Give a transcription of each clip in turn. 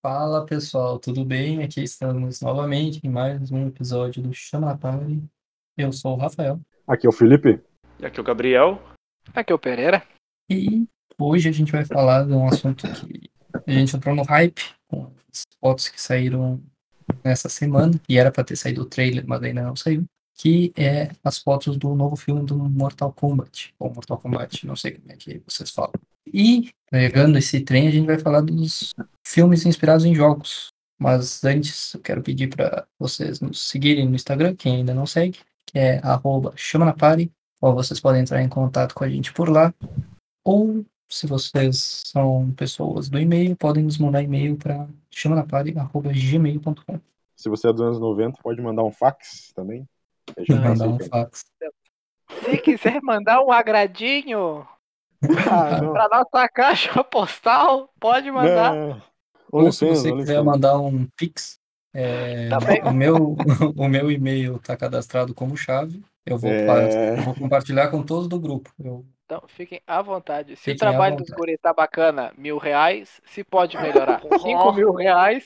Fala pessoal, tudo bem? Aqui estamos novamente em mais um episódio do Chama na Party. Eu sou o Rafael Aqui é o Felipe. E aqui é o Gabriel. Aqui é o Pereira. e hoje a gente vai falar de um assunto que a gente entrou no hype com as fotos que saíram nessa semana e era para ter saído o trailer, mas ainda não saiu, que é as fotos do novo filme do Mortal Kombat, ou Mortal Kombat, não sei como é que vocês falam. E pegando esse trem, a gente vai falar dos filmes inspirados em jogos. Mas antes, eu quero pedir para vocês nos seguirem no Instagram, quem ainda não segue, que é arroba chama na party, ou vocês podem entrar em contato com a gente por lá. Ou, se vocês são pessoas do e-mail, podem nos mandar e-mail para chamanapare.gmail.com. Se você é dos anos 90, pode mandar um fax também. É Deixa eu jamais mandar um feito. fax. Se quiser mandar um agradinho Ah, não. pra nossa caixa postal, pode mandar. Não. Ou se OnlyFans, você quiser OnlyFans. mandar um Pix, é, Tá bem. o, meu, o meu e-mail está cadastrado como chave. Eu vou, pa- É, eu vou compartilhar com todos do grupo. Eu- Então, fiquem à vontade. Se Fiquem o trabalho à dos vontade. guris tá bacana, mil reais. Se pode melhorar, cinco mil reais.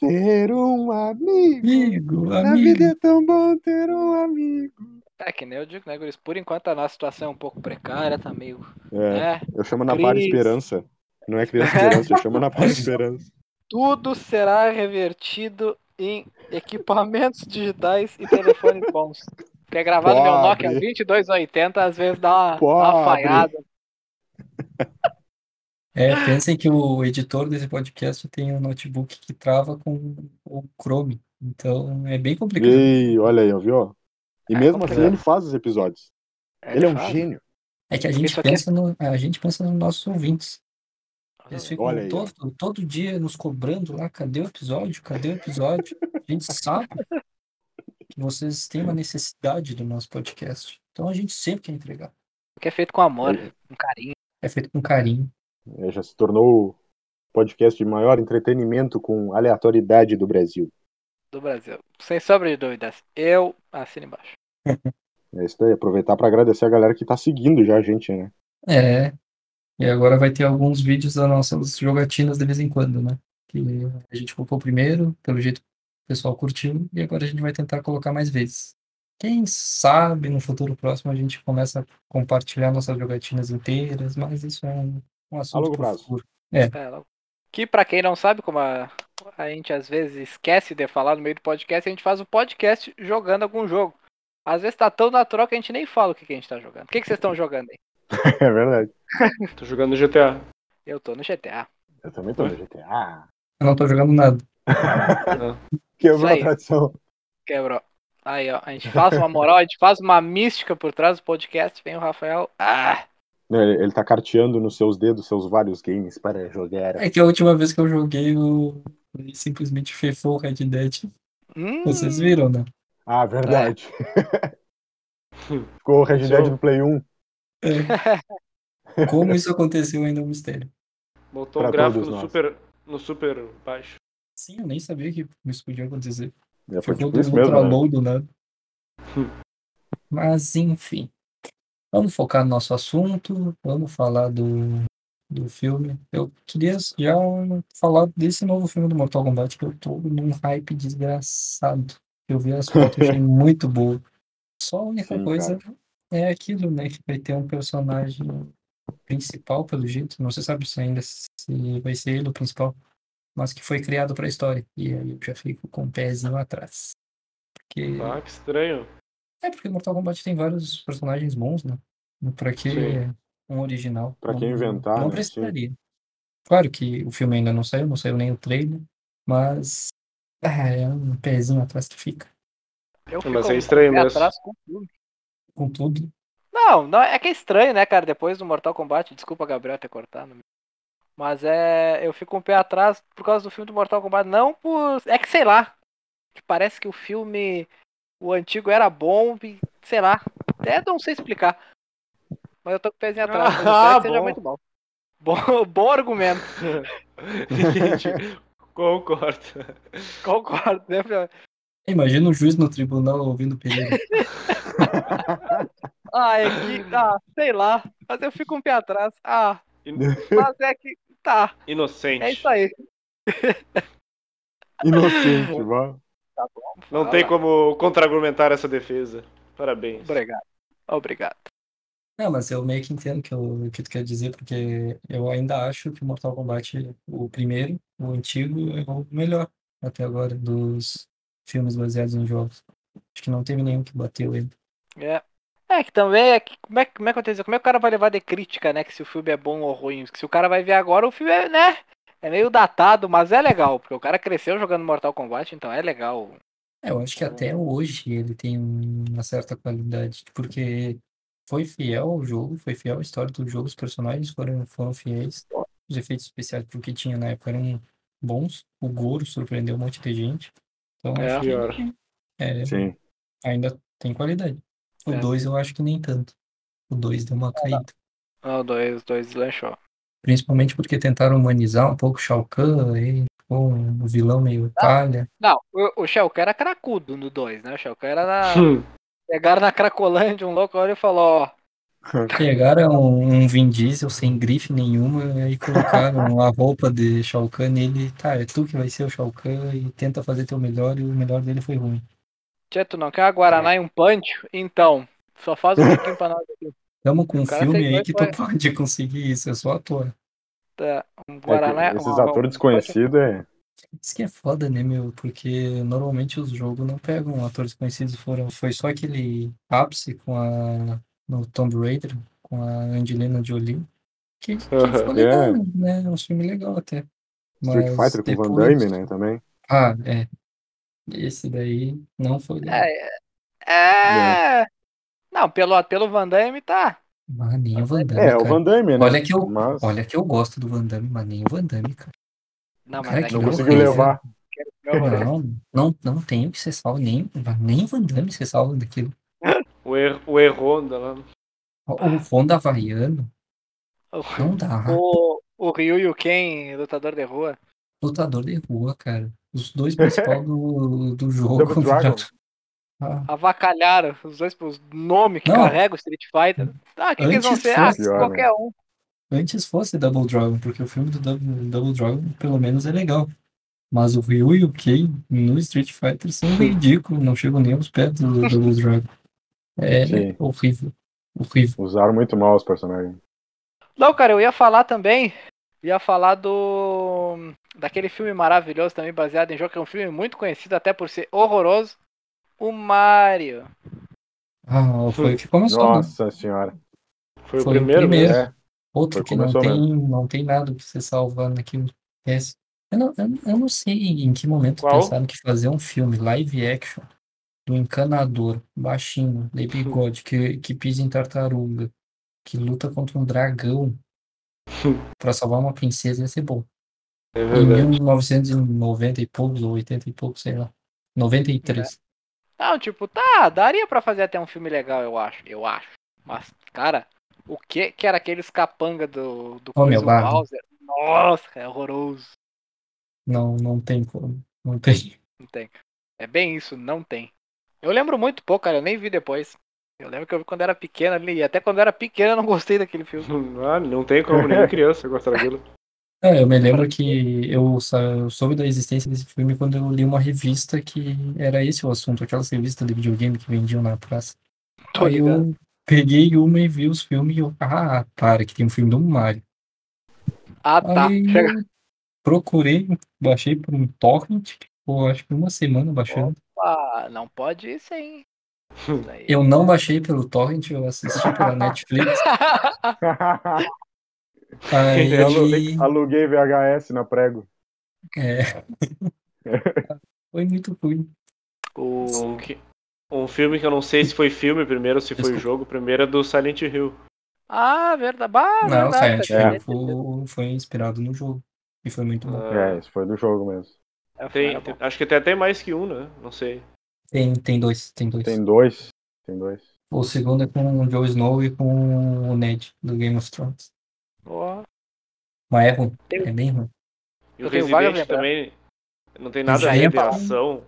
ter um amigo. Amigo, Na amigo. vida é tão bom ter um amigo. É que nem eu digo, né, guris? Por enquanto a nossa situação é um pouco precária, tá meio. É, né? eu chamo na para Cris. esperança. Não é criança esperança, eu chamo na para esperança. Tudo será revertido em equipamentos digitais e telefones bons. Ter gravado meu Pobre. Nokia 2280 às vezes dá uma, dá uma Pobre. falhada. É, pensem que o editor desse podcast tem um notebook que trava com o Chrome. Então é bem complicado. Ei, olha aí, ó, viu? E É mesmo assim complicado. ele faz os episódios. Ele é um gênio. É que a gente Isso aqui é- pensa no, a gente pensa nos nossos ouvintes. um Eles ficam Olha aí, ó. todo, todo dia nos cobrando lá, cadê o episódio? Cadê o episódio? A gente sabe que vocês têm uma necessidade do nosso podcast. Então a gente sempre quer entregar. Que é feito com amor, com carinho. É feito com carinho. É, já se tornou o podcast de maior entretenimento com aleatoriedade do Brasil. do Brasil. Sem sobra de dúvidas, eu assino embaixo. É isso daí, aproveitar para agradecer a galera que tá seguindo já a gente, né? É. E agora vai ter alguns vídeos das nossas jogatinas de vez em quando, né? Que a gente colocou primeiro, pelo jeito o pessoal curtiu, e agora a gente vai tentar colocar mais vezes. Quem sabe no futuro próximo a gente começa a compartilhar nossas jogatinas inteiras, mas isso é um, um assunto longo pro prazo. futuro. É, logo. que pra quem não sabe, como a, a gente às vezes esquece de falar no meio do podcast, a gente faz o podcast jogando algum jogo. Às vezes tá tão natural que a gente nem fala o que, que a gente tá jogando. O que, que vocês estão jogando aí? É verdade. Tô jogando GTA. Eu tô no GTA. Eu também tô no GTA. Eu não tô jogando nada. Quebrou Isso aí. a tradição. Quebrou. Aí, ó. A gente faz uma moral, a gente faz uma mística por trás do podcast. Vem o Rafael. Ah! Não, Ele, ele tá carteando nos seus dedos seus vários games para jogar. É que a última vez que eu joguei, eu eu simplesmente fefou o Red Dead. Hum, Vocês viram, né? Ah, verdade. Ficou o Red Dead no Play 1 É. Como isso aconteceu ainda é um mistério. Botou Pra um gráfico todos no nós. super, no super baixo. Sim, eu nem sabia que isso podia acontecer. É, foi Ficou tipo do isso mesmo, né? ultralow do nada. Mas, enfim. Vamos focar no nosso assunto. Vamos falar do, do filme. Eu queria já falar desse novo filme do Mortal Kombat, que eu tô num hype desgraçado. Eu vi as fotos achei muito boa. Só a única Sim, coisa é aquilo, né? Que vai ter um personagem principal, pelo jeito. Não se sabe se ainda se vai ser ele o principal, mas que foi criado pra história. E aí eu já fico com o pezinho atrás. Porque... Ah, que estranho. É porque Mortal Kombat tem vários personagens bons, né? Pra que Sim. um original? Pra Não- que inventar, Não né? precisaria. Claro que o filme ainda não saiu, não saiu nem o trailer, mas ah, é um pezinho atrás que fica eu fico Mas é um estranho pé mesmo. atrás com tudo. com tudo. Não, não, é que é estranho, né, cara? Depois do Mortal Kombat, desculpa, Gabriel, ter cortado. Mas é. Eu fico um pé atrás por causa do filme do Mortal Kombat. Não por. É que sei lá. que Parece que o filme. O antigo era bom e. Sei lá. Até não sei explicar. Mas eu tô com o pezinho atrás. mas espero Ah, que seja bom. muito bom. Bom, bom argumento. Gente, Concordo. Concordo, né, Fernando? Imagina o juiz no tribunal ouvindo o Pereira. Ah, é que. Ah, sei lá. Mas eu fico um pé atrás. Ah, In- mas é que. Tá, é Inocente. isso aí. né? Inocente, vá. Não tem como contra-argumentar essa defesa. Parabéns. Obrigado. Obrigado. Não, mas eu meio que entendo o que, eu- o que tu quer dizer, porque eu ainda acho que o Mortal Kombat, o primeiro, o antigo, é o melhor até agora dos filmes baseados em jogos. Acho que não teve nenhum que bateu ele. É. É que também, é que, como, é, como é que eu tenho que dizer? Como é que o cara vai levar de crítica, né? Que se o filme é bom ou ruim. Que se o cara vai ver agora, o filme é, né? É meio datado, mas é legal, porque o cara cresceu jogando Mortal Kombat, então é legal. É, eu acho que até hoje ele tem uma certa qualidade, porque foi fiel ao jogo, foi fiel à história do jogo, os personagens foram, foram fiéis, os efeitos especiais pro que tinha na época eram bons, o Goro surpreendeu um monte de gente. Então É, acho que pior. é, Sim. ainda tem qualidade. O É. 2 eu acho que nem tanto. O 2 deu uma caída. Não, Ah, dois, dois deslanchou. Principalmente porque tentaram humanizar um pouco o Shao Kahn, aí ficou um vilão meio palha. Não, o, o Shao Kahn era cracudo no 2, né? O Shao Kahn era na. Pegaram na Cracolândia um louco olha e falou, ó. Pegaram um Vin Diesel sem grife nenhuma e aí colocaram a roupa de Shao Kahn nele. Tá, é tu que vai ser o Shao Kahn e tenta fazer teu melhor e o melhor dele foi ruim. Tchê, tu não quer uma Guaraná e um punch? Então, só faz um pouquinho pra nós aqui. Tamo com um O cara filme fez aí dois que tu pra- pode conseguir isso, eu sou ator. Tá, Um É que Guaraná né? um- esses um- atores desconhecidos é. Isso que é foda, né, meu? Porque normalmente os jogos não pegam atores conhecidos, foram, foi só aquele ápice com a no Tomb Raider, com a Angelina Jolie, que, que Aham, ficou é. legal, né? É um filme legal até. Street Mas Fighter com Van depois- Damme, né? Também. Ah, é. Esse daí não foi legal. É. é... Não, pelo, pelo Van Damme tá. Mas nem o Van Damme, É, o cara. Van Damme, né? Olha que eu- Mas Olha que eu gosto do Van Damme, mas nem o Van Damme, cara. Não, Cara, mas que não não conseguiu fez, levar. Não, não, não tem o que ser salvo, nem, nem o Van Damme se salva daquilo. O, er o Erronda lá. O, o Honda Havaiano, o, não dá. o, o Ryu e o Ken, lutador de rua. Lutador de rua, cara. Os dois principais do, do jogo. tá? Double Dragon. Ah, Avacalharam os dois os nomes que Não. carrega o Street Fighter. Ah, o que, que eles vão Antes né? ser? Ah, fosse- qualquer um. antes fosse Double Dragon, porque o filme do Double, Double Dragon, pelo menos, é legal. Mas o Ryu e o Ken no Street Fighter são ridículos, não chegam nem aos pés do Double Dragon. É Sim. horrível. Horrível. usaram muito mal os personagens. Não, cara, eu ia falar também. Ia falar do. Daquele filme maravilhoso também, baseado em jogo, que é um filme muito conhecido, até por ser horroroso. O Mario. Ah, foi o que começou, né? Nossa senhora. Foi, o Foi o primeiro, primeiro. né? É, Outro Foi que não começou tem, não tem nada pra você salvar naquilo. Esse- um Eu não, eu, eu não sei em que momento Qual? pensaram que fazer um filme live action do encanador, baixinho, de bigode, que, que pisa em tartaruga, que luta contra um dragão pra salvar uma princesa ia ser bom. É Em verdade. 1990 e poucos, ou 80 e poucos, sei lá. 93. Não, tipo, tá, daria pra fazer até um filme legal, eu acho. Eu acho. Mas, cara, o que que era aqueles capanga do, do Ô, meu o barro. Bowser? Nossa, é horroroso. Não, não tem como. Não tem. Não tem. É bem isso, não tem. Eu lembro muito pouco, cara, eu nem vi depois. Eu lembro que eu vi quando era pequena ali, e até quando era pequena eu não gostei daquele filme. Ah, não tem como nenhuma criança gostar daquilo. É, eu me lembro que eu sa- eu soube da existência desse filme quando eu li uma revista que era esse o assunto, aquelas revistas de videogame que vendiam na praça. Tô Aí ligado. eu peguei uma e vi os filmes e eu, ah, para, que tem um filme do Mario. Ah, tá. Aí Chega. eu procurei, baixei por um torrent, ficou acho que uma semana baixando. Ah, não pode isso, hein? Isso aí. Eu não baixei pelo torrent, eu assisti pela Netflix. Aí, Eu aluguei, aluguei VHS na prego. é. Foi muito ruim. o... Um, que- um filme que eu não sei se foi filme primeiro, se foi Desculpa. jogo primeiro, é do Silent Hill. Ah, verdade. Bah, Não, verdade. Silent tá Hill ligado. foi- foi inspirado no jogo. E foi muito bom. É, isso foi do jogo mesmo. É, foi- Ah, Tem, era bom. tem- acho que tem até mais que um, né? Não sei. Tem, tem dois, tem dois. Tem dois. Tem dois. O segundo é com o Joe Snow e com o Ned, do Game of Thrones. Ó, Mas é ruim, Tem- é bem ruim. E Eu o tenho vaga Resident lembrança. também não tem nada Já a ver é ia de falar. ação.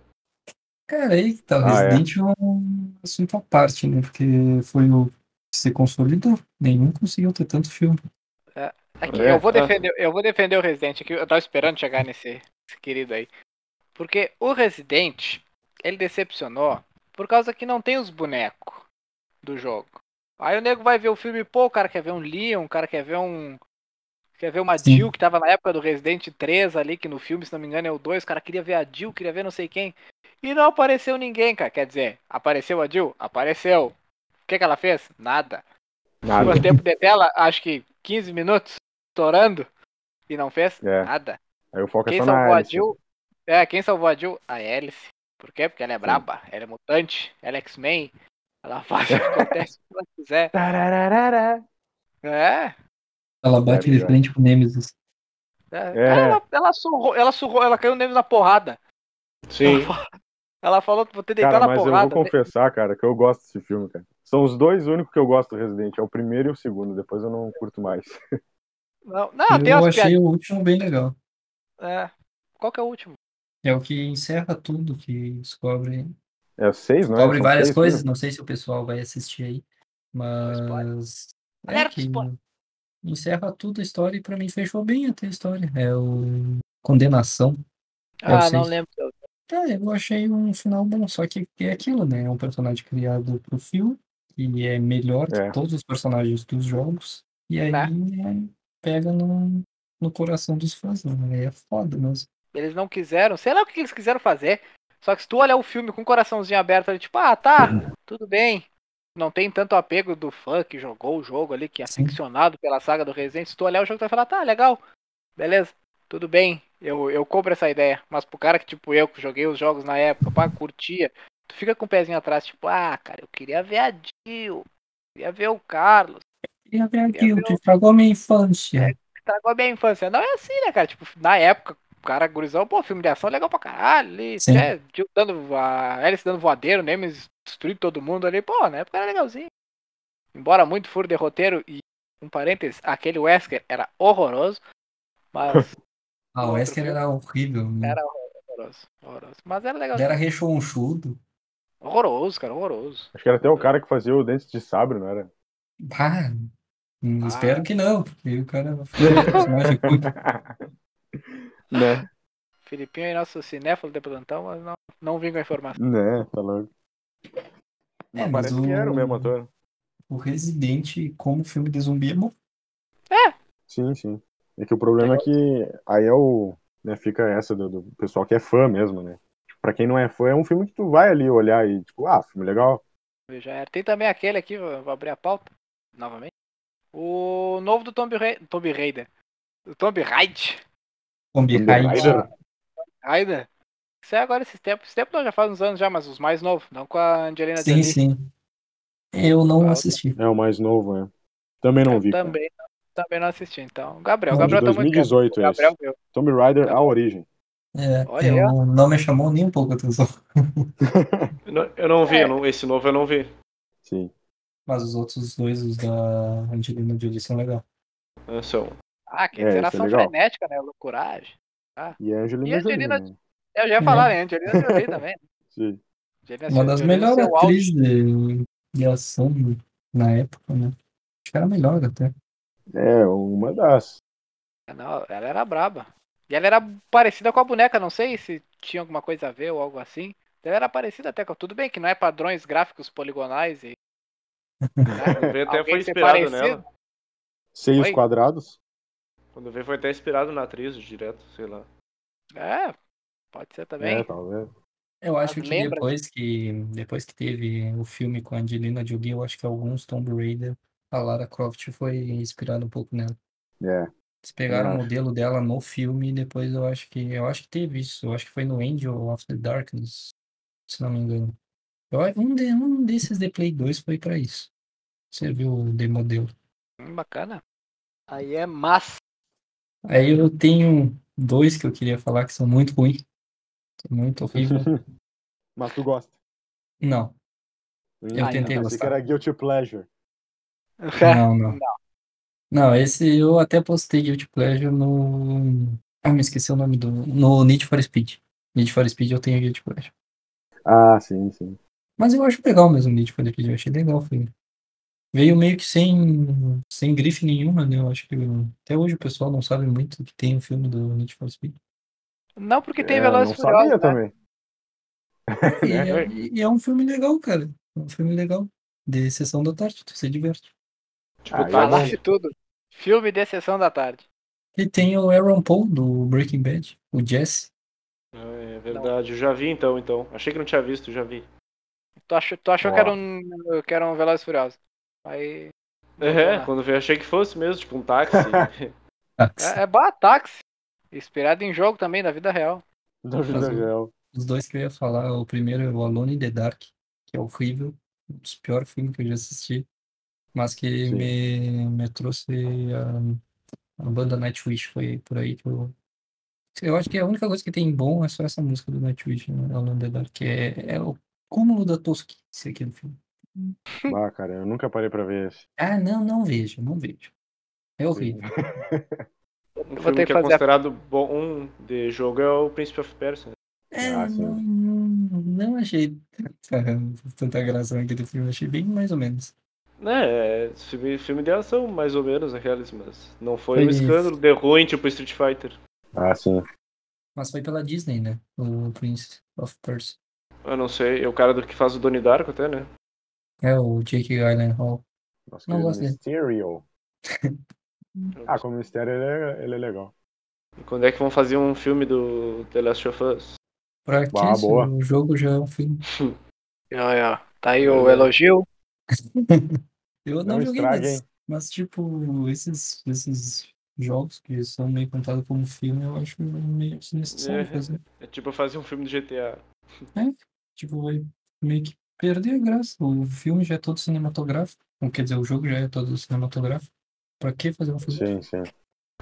Cara, aí que tá, Ah, é. Resident é um assunto à parte, né? Porque foi o que se consolidou. Nenhum conseguiu ter tanto filme. Aqui, É, eu, vou tá. defender, eu vou defender o Resident aqui. Eu tava esperando chegar nesse esse querido aí. Porque o Resident, ele decepcionou por causa que não tem os bonecos do jogo. Aí o nego vai ver o filme, pô, o cara quer ver um Leon, o cara quer ver um. Quer ver uma Sim. Jill que tava na época do Resident 3 ali, que no filme, se não me engano, é o 2, o cara queria ver a Jill, queria ver não sei quem. E não apareceu ninguém, cara. Quer dizer, apareceu a Jill? Apareceu. O que, que ela fez? Nada. Nada. Quanto tempo de tela? Acho que 15 minutos, estourando. E não fez É. nada. Aí o foco é Quem só na salvou a Alice. Jill? É, quem salvou a Jill? A Alice. Por quê? Porque ela é braba, ela é mutante, ela é X-Men. Ela faz o que acontece o que ela quiser. Tarararara. É. Ela bate de verdade. frente com o Nemesis. é. É. Ela, ela surrou, ela surrou, ela caiu nele na porrada. Sim. Ela falou que vou ter deitado Cara, na mas eu porrada. né? vou confessar, cara, que eu gosto desse filme, cara. São os dois únicos que eu gosto do Resident. É o primeiro e o segundo. Depois eu não curto mais. Não, não Ah, tem eu umas achei piadas. o último bem legal. É. Qual que é o último? É o que encerra tudo, que descobre, É seis, não é? descobre São várias seis coisas. filmes? Não sei se o pessoal vai assistir aí, mas é Alerta que spoiler. encerra tudo a história e pra mim fechou bem até a história. É o Condenação. É o Ah, não seis. lembro. É, eu achei um final bom, só que é aquilo, né? É um personagem criado pro filme, e é melhor que É. todos os personagens dos jogos, e aí Tá. né, pega no, no coração dos fãs, né? Aí É foda mesmo. Eles não quiseram, sei lá o que eles quiseram fazer. Só que se tu olhar o filme com o coraçãozinho aberto ali, tipo, ah, tá, tudo bem. Não tem tanto apego do fã que jogou o jogo ali, que é Sim. aficionado pela saga do Resident. Se tu olhar o jogo, tu vai falar, tá, legal, beleza, tudo bem, eu, eu compro essa ideia. Mas pro cara que, tipo, eu, que joguei os jogos na época, pá, curtia, tu fica com o pezinho atrás, tipo, ah, cara, eu queria ver a Jill, queria ver o Carlos, E até Queria aquilo ver que estragou minha É, infância. estragou a minha infância. Não é assim, né, cara? Tipo, na época, o cara gurizão, pô, filme de ação é legal pra caralho. Ali, Sim. né, Jill dando, a Alice dando voadeiro, Nemesis destruindo todo mundo ali. Pô, na época era legalzinho. Embora muito furo de roteiro e, um parênteses, aquele Wesker era horroroso. Mas, Ah, o Outro Wesker filme. era horrível, né? Era horroroso, horroroso. Mas era Ele legalzinho. era rechonchudo. Horroroso, cara, horroroso. Acho que era até o cara que fazia o Dente de Sabre, não era? Bah, hum, Ah. espero que não, porque o cara foi um personagem muito. né? Filipinho aí, nosso cinéfilo de plantão, mas não, não vim com a informação. Né, tá louco. É, mas Parece que era o o- mesmo ator. O Resident, como filme de zumbi, é bom. Sim, sim. É que o problema é que aí é o. Né, fica essa do, do pessoal que é fã mesmo, né? Tipo, pra quem não é fã, é um filme que tu vai ali olhar e, tipo, ah, filme legal. Já era. Tem também aquele aqui, vou vou abrir a pauta novamente. O novo do Tomb, Ra Tomb Raider. O Tomb Raider. Zumbi Tomb Raider. Raider. Raider. Isso é agora esses tempos. Esse tempo não, já faz uns anos já, mas os mais novos. Não com a Angelina Sim, Jolie. sim. Eu não Ah, assisti. É o mais novo, né? Também não Eu vi. Cara. É, também, não- também não assisti, então. Gabriel, Não, Gabriel de tá muito quieto. 2018 esse. Gabriel viu. Tomb Raider, Tá. a origem. É, Olha aí, eu, não me chamou nem um pouco a atenção. Eu não, eu não vi, É. eu não- esse novo eu não vi. Sim. Mas os outros dois, os da Angelina Jolie, são legais. É, são- Ah, aqueles É, era esse é ação legal. frenética, né? Loucuragem. E a Angelina E a Angelina- Jolie, né? Eu já ia É. falar, né? Angelina Jolie também. Sim. Angelina Uma das Jolie, é melhores seu auge. atrizes de, de ação na época, né? Acho que era a melhor até. É, uma das. Não, ela era braba. E ela era parecida com a boneca, não sei se tinha alguma coisa a ver ou algo assim. Ela era parecida até com. Tudo bem que não é padrões gráficos poligonais e. Quando veio até Alguém foi ser inspirado parecido? nela. Seios Oi? quadrados. Quando veio foi até inspirado na atriz direto, sei lá. É, pode ser também. É, talvez. Eu acho Mas que lembra- depois que depois que teve o filme com a Angelina Jolie, eu acho que alguns Tomb Raider, a Lara Croft foi inspirada um pouco nela. É. Eles pegaram o acho. modelo dela no filme e depois eu acho que eu acho que teve isso. Eu acho que foi no Angel of the Darkness, se não me engano. Eu a- um, de- um desses de Play 2 foi pra isso. Serviu de modelo. É. Hum, bacana. Aí é massa. Aí eu tenho dois que eu queria falar que são muito ruins. São Muito horrível. Mas tu gosta. Não, Eu Hum, tentei pensei gostar. que era Guilty Pleasure. não, não. Não, esse eu até postei Guilty Pleasure no. Ah, me esqueci o nome do. No Need for Speed. Need for Speed eu tenho Guilty Pleasure. Ah, sim, sim. Mas eu acho legal mesmo o Need for Speed, eu achei legal o filme. Veio meio que sem, sem grife nenhuma, né? Eu acho que até hoje o pessoal não sabe muito que tem o filme do Need for Speed. Não porque tem É, Velozes não e Furiosos, sabia né? também. E é, e é um filme legal, cara. É um filme legal. De sessão da tarde, tu se diverte. Tipo, Ah, tá eu não- lá. Falaste tudo. Filme de sessão da tarde. E tem o Aaron Paul do Breaking Bad, o Jesse. Ah, É verdade, eu já vi então, então. Achei que não tinha visto, já vi. Tu achou, tu achou Ó. que era um, que era um Velozes e Furiosos. Aí... É, Ah. quando vi, achei que fosse mesmo, tipo um táxi. Taxi. É, é bah, táxi. Inspirado em jogo também, na vida real. Da vida Mas o- real. Os dois que eu ia falar, o primeiro é o Alone in the Dark, que é horrível, um dos piores filmes que eu já assisti, mas que Sim. me, me trouxe a, a banda Nightwish, foi por aí que eu... Eu acho que a única coisa que tem bom é só essa música do Nightwish, né? Alone in the Dark, que é, é o cúmulo da tosquice aqui no filme. Ah, cara, eu nunca parei pra ver esse. Ah, não, não vejo, não vejo. É horrível. um vou filme ter que que fazer é a- considerado bom um de jogo é o Príncipe of Persia. É, Ah, sim. não, não, não achei tanta graça naquele filme, achei bem mais ou menos. Né, é filme, filme de ação, mais ou menos, aqueles, mas não foi um Pois. escândalo de ruim, tipo Street Fighter. Ah, sim. Mas foi pela Disney, né? O Prince of Persia. Eu não sei, é o cara do que faz o Donnie Darko até, né? É o Jake Gyllenhaal. Nossa, Não querido gosto dele. Mysterio. Ah, como mistério ele é, ele é legal. E quando é que vão fazer um filme do The Last of Us? Pra que Bah, se Ah, boa. o jogo já é um filme? Tá É aí o elogio. Eu não, Não joguei, estrague, mas, hein? mas tipo, esses, esses jogos que são meio contados como filme, eu acho meio desnecessário É. fazer. É tipo fazer um filme do GTA. Tipo, vai meio que perder a graça. O filme já é todo cinematográfico. Ou, Quer dizer, o jogo já é todo cinematográfico. Pra que fazer um filme? Sim, sim.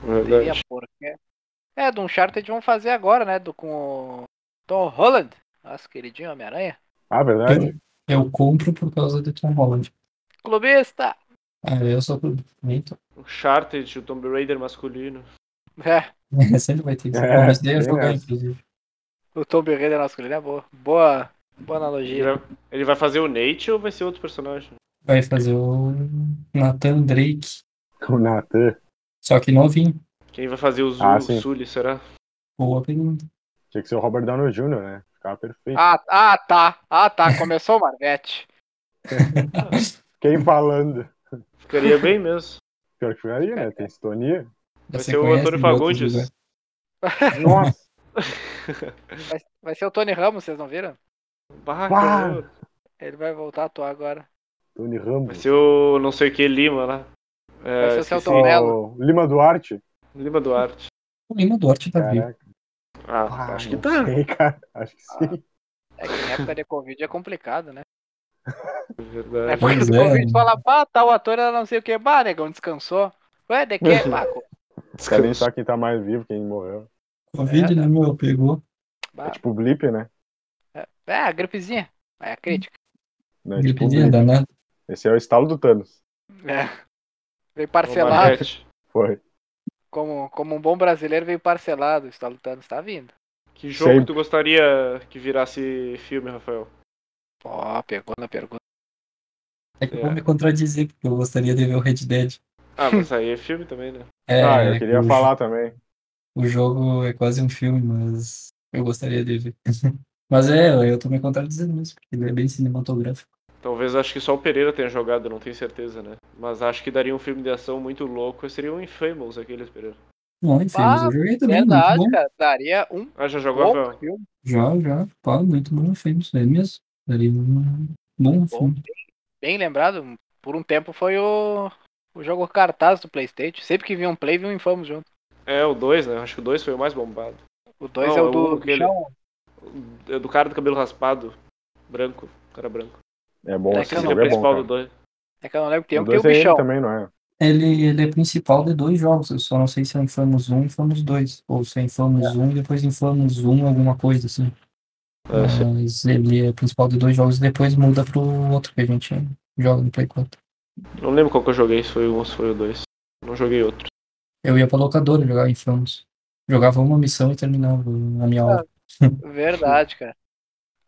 É Seria porque... É, do Uncharted vão fazer agora, né? Do, com o Tom Holland, nosso queridinho Homem-Aranha. Ah, verdade? Eu compro por causa de Tom Holland. Clubista! Ah, eu só comento. Uncharted, o Tomb Raider masculino. É, Sempre vai ter isso. É, Comecei a bem jogar, essa. inclusive. o Tomb Raider nosso querido é boa. Boa, boa Ele analogia. vai, ele vai fazer o Nate ou vai ser outro personagem? Vai fazer o Nathan Drake. O Natan. Só que novinho. Quem vai fazer o Zul, Ah, sim. Sully, será? Boa pergunta. Tinha que ser o Robert Downey Jr., né? Ficava perfeito. Ah, ah, tá. Ah, tá. Começou o Marvete. Quem falando? Ficaria bem mesmo. Pior que ficaria, né? Tem sintonia. Vai Você ser o conhece Antônio de outros Fagundes. lugares? Nossa! Vai, vai ser o Tony Ramos, vocês não viram? Bah! Bah, que horror. Ele vai voltar a atuar agora. Tony Vai Ramos. ser o não sei o que Lima lá. É, Vai ser o esqueci. Celton Mello. O Lima Duarte. Lima Duarte. O Lima Duarte tá vivo. Caraca. Ah, Ah, acho que não tá. sei, cara. Acho que sim. É que em época de Covid é complicado, né? Na Verdade. época Pois do é. Covid fala, pá, tal ator era não sei o que. Bah, negão, descansou. Ué, de que? Bah, co- Quer nem saber quem tá mais vivo, quem morreu. Covid, né, meu? Pegou. bah. É tipo o Blip, né? É, a gripezinha. É a crítica. Não, é tipo o Gripezinha Blip. danada. Esse é o estalo do Thanos. É. Veio Uma parcelado. Marvete. Foi. Como, como um bom brasileiro veio parcelado. O Estalo Thanos tá vindo. Que jogo Sempre. tu gostaria que virasse filme, Rafael? Ó, pegou na pergunta. É que eu É. vou me contradizer, porque eu gostaria de ver o Red Dead. Ah, mas aí é filme também, né? É, ah, eu é queria que o- falar também. O jogo é quase um filme, mas eu gostaria de ver. Mas é, eu tô me contradizendo isso, porque ele é bem cinematográfico. Talvez acho que só o Pereira tenha jogado, não tenho certeza, né? Mas acho que daria um filme de ação muito louco. Seria um Infamous aquele Pereira. Não, enfim, mas eu Ah, joguei também, é muito Verdade, bom. cara. Daria um Ah, já jogou? bom Rafael? filme. Já, já, pá, muito bom filme, isso aí mesmo. Daria um bom Bom, filme. bem, bem lembrado. Por um tempo foi o, o jogo cartaz do Playstation. Sempre que vinha um play, vinha um Infamous junto. É, o 2, né? Acho que o 2 foi o mais bombado. O 2 Não, é é o o do um que ele- bichão. É do cara do cabelo raspado. Branco. Cara branco. É bom, É esse que eu Esse não- jogo é o é bom, principal cara. do 2. É que eu não lembro que tem um O que tem o dois é ele bichão. também, não é? Ele, ele é principal de dois jogos, eu só não sei se é o Infamous 1 e Infamous 2, ou se é Infamous 1 e depois Infamous 1, alguma coisa assim. É. Mas ele é principal de dois jogos e depois muda pro outro que a gente joga no Play 4. Não lembro qual que eu joguei, se foi o 1 ou se foi o 2. Não joguei outro. Eu ia pra locadora jogar Infamous. Jogava uma missão e terminava a minha hora. Verdade, cara.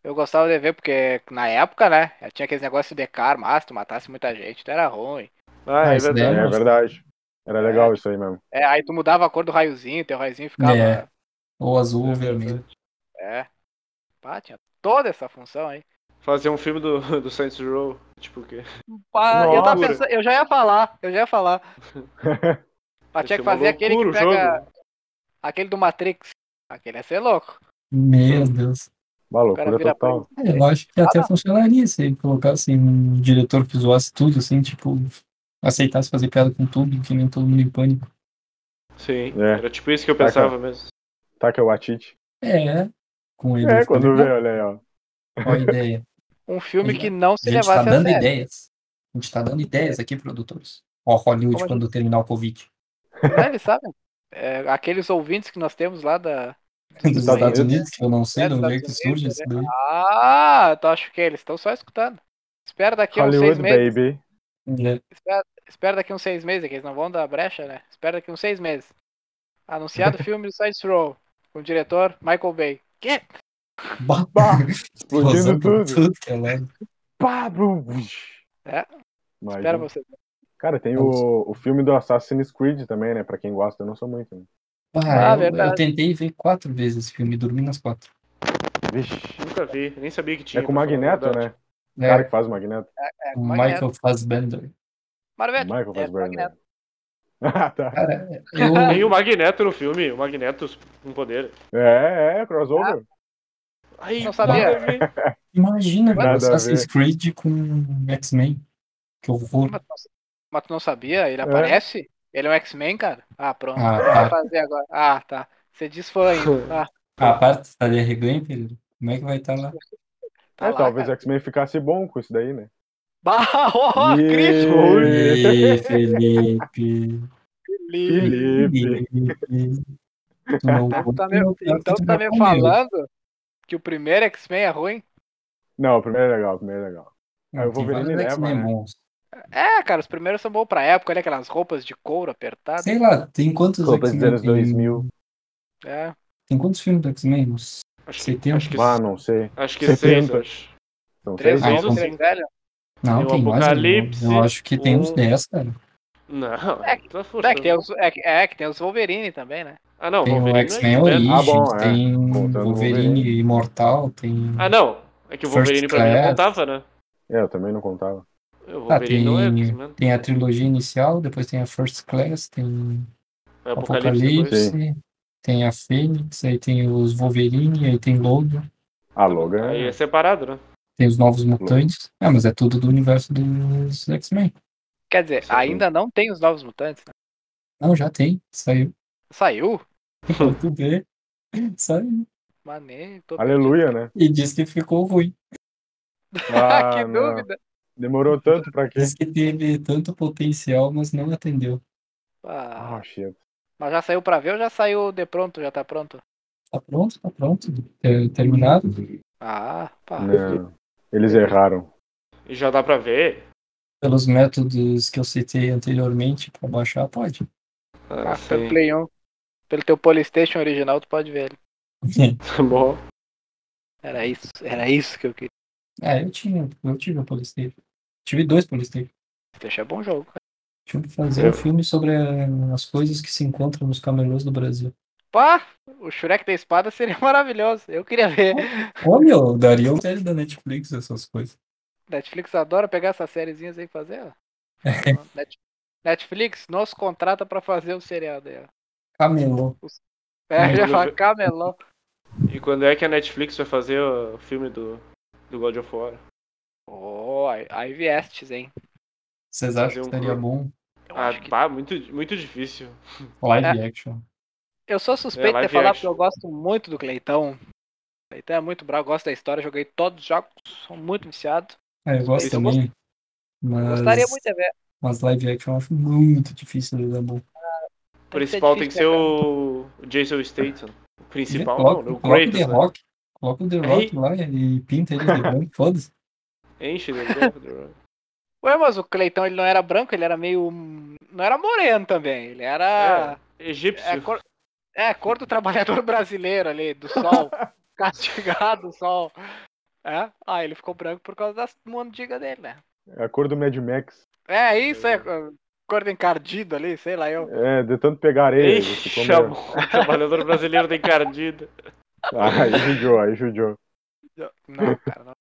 Eu gostava de ver, porque na época, né? Tinha aqueles negócios de karma, ah, se tu matasse muita gente, tu era ruim. Ah, Ah, é isso daí É, verdade. Nossa. verdade. Era legal isso aí mesmo. É, aí tu mudava a cor do raiozinho, teu raiozinho ficava. É. Ou azul, ou É verdade. vermelho. É. Pá, tinha toda essa função aí. Fazer um filme do, do Saints Row. Tipo o quê? Pá, eu, tava Nossa. pensando- eu já ia falar, eu já ia falar. Mas tinha Vai ser que uma fazer aquele que loucura o pega. Aquele do Matrix. Aquele ia ser louco. Meu Deus. Uma cara loucura vira total. É, eu acho que até funcionaria se colocasse um diretor que zoasse tudo, assim, tipo, aceitasse fazer piada com tudo, que nem todo mundo em pânico. Sim. É. Era tipo isso que eu Tá, pensava mesmo. Tá que é o Atite. É, com ele. né? É, eu quando falei, vê, olha aí, ó. "Ah, Qual a ideia? Um filme Ele- que não A se gente tá levasse a dando sério. ideias. A gente tá dando ideias aqui, produtores. Ó, Hollywood Como a quando terminar o Covid. Né, eles sabem. É, aqueles ouvintes que nós temos lá da. Dos Estados Estados Unidos. Unidos, que eu não sei É, de dos onde é que Estados surge Unidos, né? isso daí. Ah, tu acho que eles estão só escutando. Espera daqui uns é um seis Hollywood meses. Baby. Ah. É, Espera, espera daqui uns seis meses, que eles não vão dar brecha, né? Espera daqui uns seis meses. Anunciado o filme do Science Row, com o diretor Michael Bay. Que? Bah, Bah, explosão explodindo por tudo. tudo que é lá. Pá, blum, vux. É. Imagina. Espera você. Cara, tem Vamos. o, o filme do Assassin's Creed também, né? Pra quem gosta, eu não sou muito. Né? Bah, Ah, eu, eu verdade. tentei ver quatro vezes esse filme, dormi nas quatro. Vixe. Nunca vi, nem sabia que tinha. É com o pra falar a Magneto, verdade. né? O É, cara que faz o Magneto. É, o Magneto. Michael Fassbender. Marvel, Michael é, Fassbender. Magneto. Ah, tá. Cara, eu, Tem o Magneto no filme, o Magneto com poder. É, é, crossover. Ah, Ai, Não sabia. nada a ver. Imagina, Nada velho, a Assassin's Creed com X-Men. Que horror. Mas tu não- Mas tu não sabia? Ele É. aparece? Ele é um X-Men, cara? Ah, pronto. Ah, O que vai tá. fazer agora? Ah, tá. Você diz fã ainda. Ah, A parte tá de arreganho, Pedro? Como é que vai estar lá? tá é, lá, talvez cara. X-Men ficasse bom com isso daí, né? Bah, oh, Ih, Cristo! Ih, Felipe. Felipe. Felipe. Tu não Então tu tá pode me, notar que então tu tu tá não me comeu. falando que o primeiro X-Men é ruim? Não, o primeiro é legal, o primeiro é legal. Ah, eu vou Tem ver ele vários leva, X-Men né? bons. É, cara, os primeiros são bons pra época, olha aquelas roupas de couro apertadas. Sei lá, tem quantos Roupas dos X-Men anos tem- 2000. É. Tem quantos filmes do X-Men? Uns Acho que, 70? acho que, Ah, não sei. acho que seis, 70. acho. Não sei. Três Ah, novos, então- três velhos. Não, Tem o tem mais. né? Apocalipse, Eu acho que tem uns o- 10, cara. Não, É tá É que, tem forçando. os, é, que- é que tem os Wolverine também, né? Ah, não, Tem o Wolverine X-Men é X-Men. Origins, Ah, bom, é. tem Contando o Wolverine Wolverine. Imortal, tem. Ah, não. É que o First Wolverine pra mim não Class. contava, né? É, eu também não contava. O Ah, Wolverine tem, não é X-Men. tem a trilogia inicial, depois tem a First Class, tem É Apocalipse, depois. Apocalipse, tem a Fênix, aí tem os Wolverine, aí tem Logan, A Tá Logan Aí é é separado, né? tem os Novos Mutantes. Ah, mas é tudo do universo dos X-Men. Quer dizer, Sim. ainda não tem os novos mutantes, né? Não, já tem, saiu. Saiu? Tudo bem. Saiu. Maneiro, tô Aleluia, né? E disse que ficou ruim. Ah, que Ah, não. dúvida. Demorou tanto pra quê? Diz que teve tanto potencial, mas não atendeu. Ah, Ah, shit. mas já saiu pra ver ou já saiu de pronto? Já tá pronto? Tá pronto, tá pronto. É, terminado. Ah, pá. Não. Eles É. erraram. E já dá pra ver. Pelos métodos que eu citei anteriormente pra baixar, pode. Ah, Ah, pelo sim. Play 1. Pelo teu Polystation original, tu pode ver ele. Tá bom. Era isso, era isso que eu queria. É, eu tinha, eu tive o Polystation. Tive dois Polystation. Deixa é bom jogo. cara. Tinha que fazer Eu- um filme sobre eh, as coisas que se encontram nos camelôs do Brasil. Pá, o Shrek da espada seria maravilhoso. Eu queria ver. Ô meu, daria uma série da Netflix essas coisas. Netflix adora pegar essas sériezinhas aí e fazer, ó. Net- Netflix nos contrata pra fazer o seriado aí, ó. Camelô. É, Hum. já fala, camelão. E quando é que a Netflix vai fazer o filme do, do God of War? Ô, aí- aí viestes, hein. Vocês Fazer acham um que estaria cro- bom? Eu, Ah, acho que... pá, muito, muito difícil. Live action. eu sou suspeito de É, live falar porque action. eu gosto muito do Cleitão. Cleitão é muito bravo, gosto da história, joguei todos os jogos, sou muito viciado. É, eu gosto Eu também. Mas, Gostaria muito de ver. mas live action eu acho muito difícil de dar bom. O Tem que ser principal tem que difícil, né, ser o o Jason Statham. O principal não, Coloca, né? o coloca o The Kratos, né? Rock. Coloca o The Rock lá e pinta ele de branco, foda-se. Enche de novo, The Rock. cara. Ué, mas o Cleitão ele não era branco, ele era meio... Não era moreno também, ele era... Egípcio. É a cor, é a cor do trabalhador brasileiro ali, do sol. Castigado, o sol. É? Ah, ele ficou branco por causa das mandigas dele, né? É a cor do Mad Max. É isso, é corda encardida ali, sei lá eu. É, de tanto pegar areia. ele ficou meio- Ixi, chamou o trabalhador brasileiro de encardido. Ah, Aí judiou, aí judiou. Não, cara, não.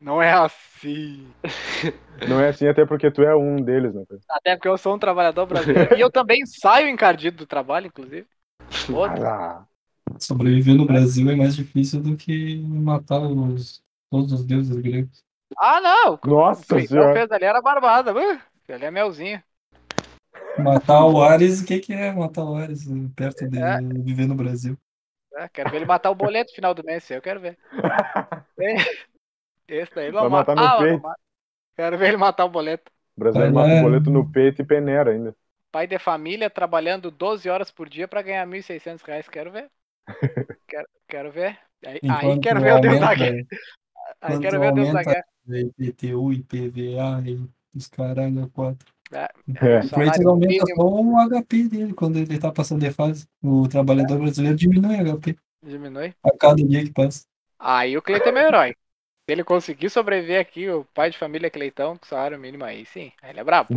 Não é assim. Não é assim até porque tu é um deles, né? cara? Até porque eu sou um trabalhador brasileiro. e eu também saio encardido do trabalho, inclusive. Foda. Ah, Sobreviver no Brasil é mais difícil do que matar os, todos os deuses gregos. Ah, não! nossa O que eu senhora. fez ali era barbada. Uh, ali é melzinho. Matar o Ares, o que, que é matar o Ares perto de É. viver no Brasil? É, quero ver ele matar o boleto no final do mês, eu quero ver. É. Esse daí não Vai mata. matar no Ah, não peito. mata. Quero ver ele matar o boleto. O brasileiro Vai lá. mata o boleto no peito e peneira ainda. Pai de família trabalhando 12 horas por dia pra ganhar 1.600 reais, quero ver. quero, quero ver. Aí, aí Enquanto quero ver o Deus da guerra. aumenta- Aí enquanto quero ver o Deus da aumenta- guerra. IPTU, IPVA e os caralho, a quatro. É. O Salário Kratos aumenta mínimo. só o HP dele quando ele tá passando de fase. O trabalhador brasileiro diminui o HP Diminui. a cada dia que passa. Aí o Cleiton é meu herói. Se ele conseguir sobreviver aqui, o pai de família é Cleitão, com salário mínimo aí, sim. Ele é brabo.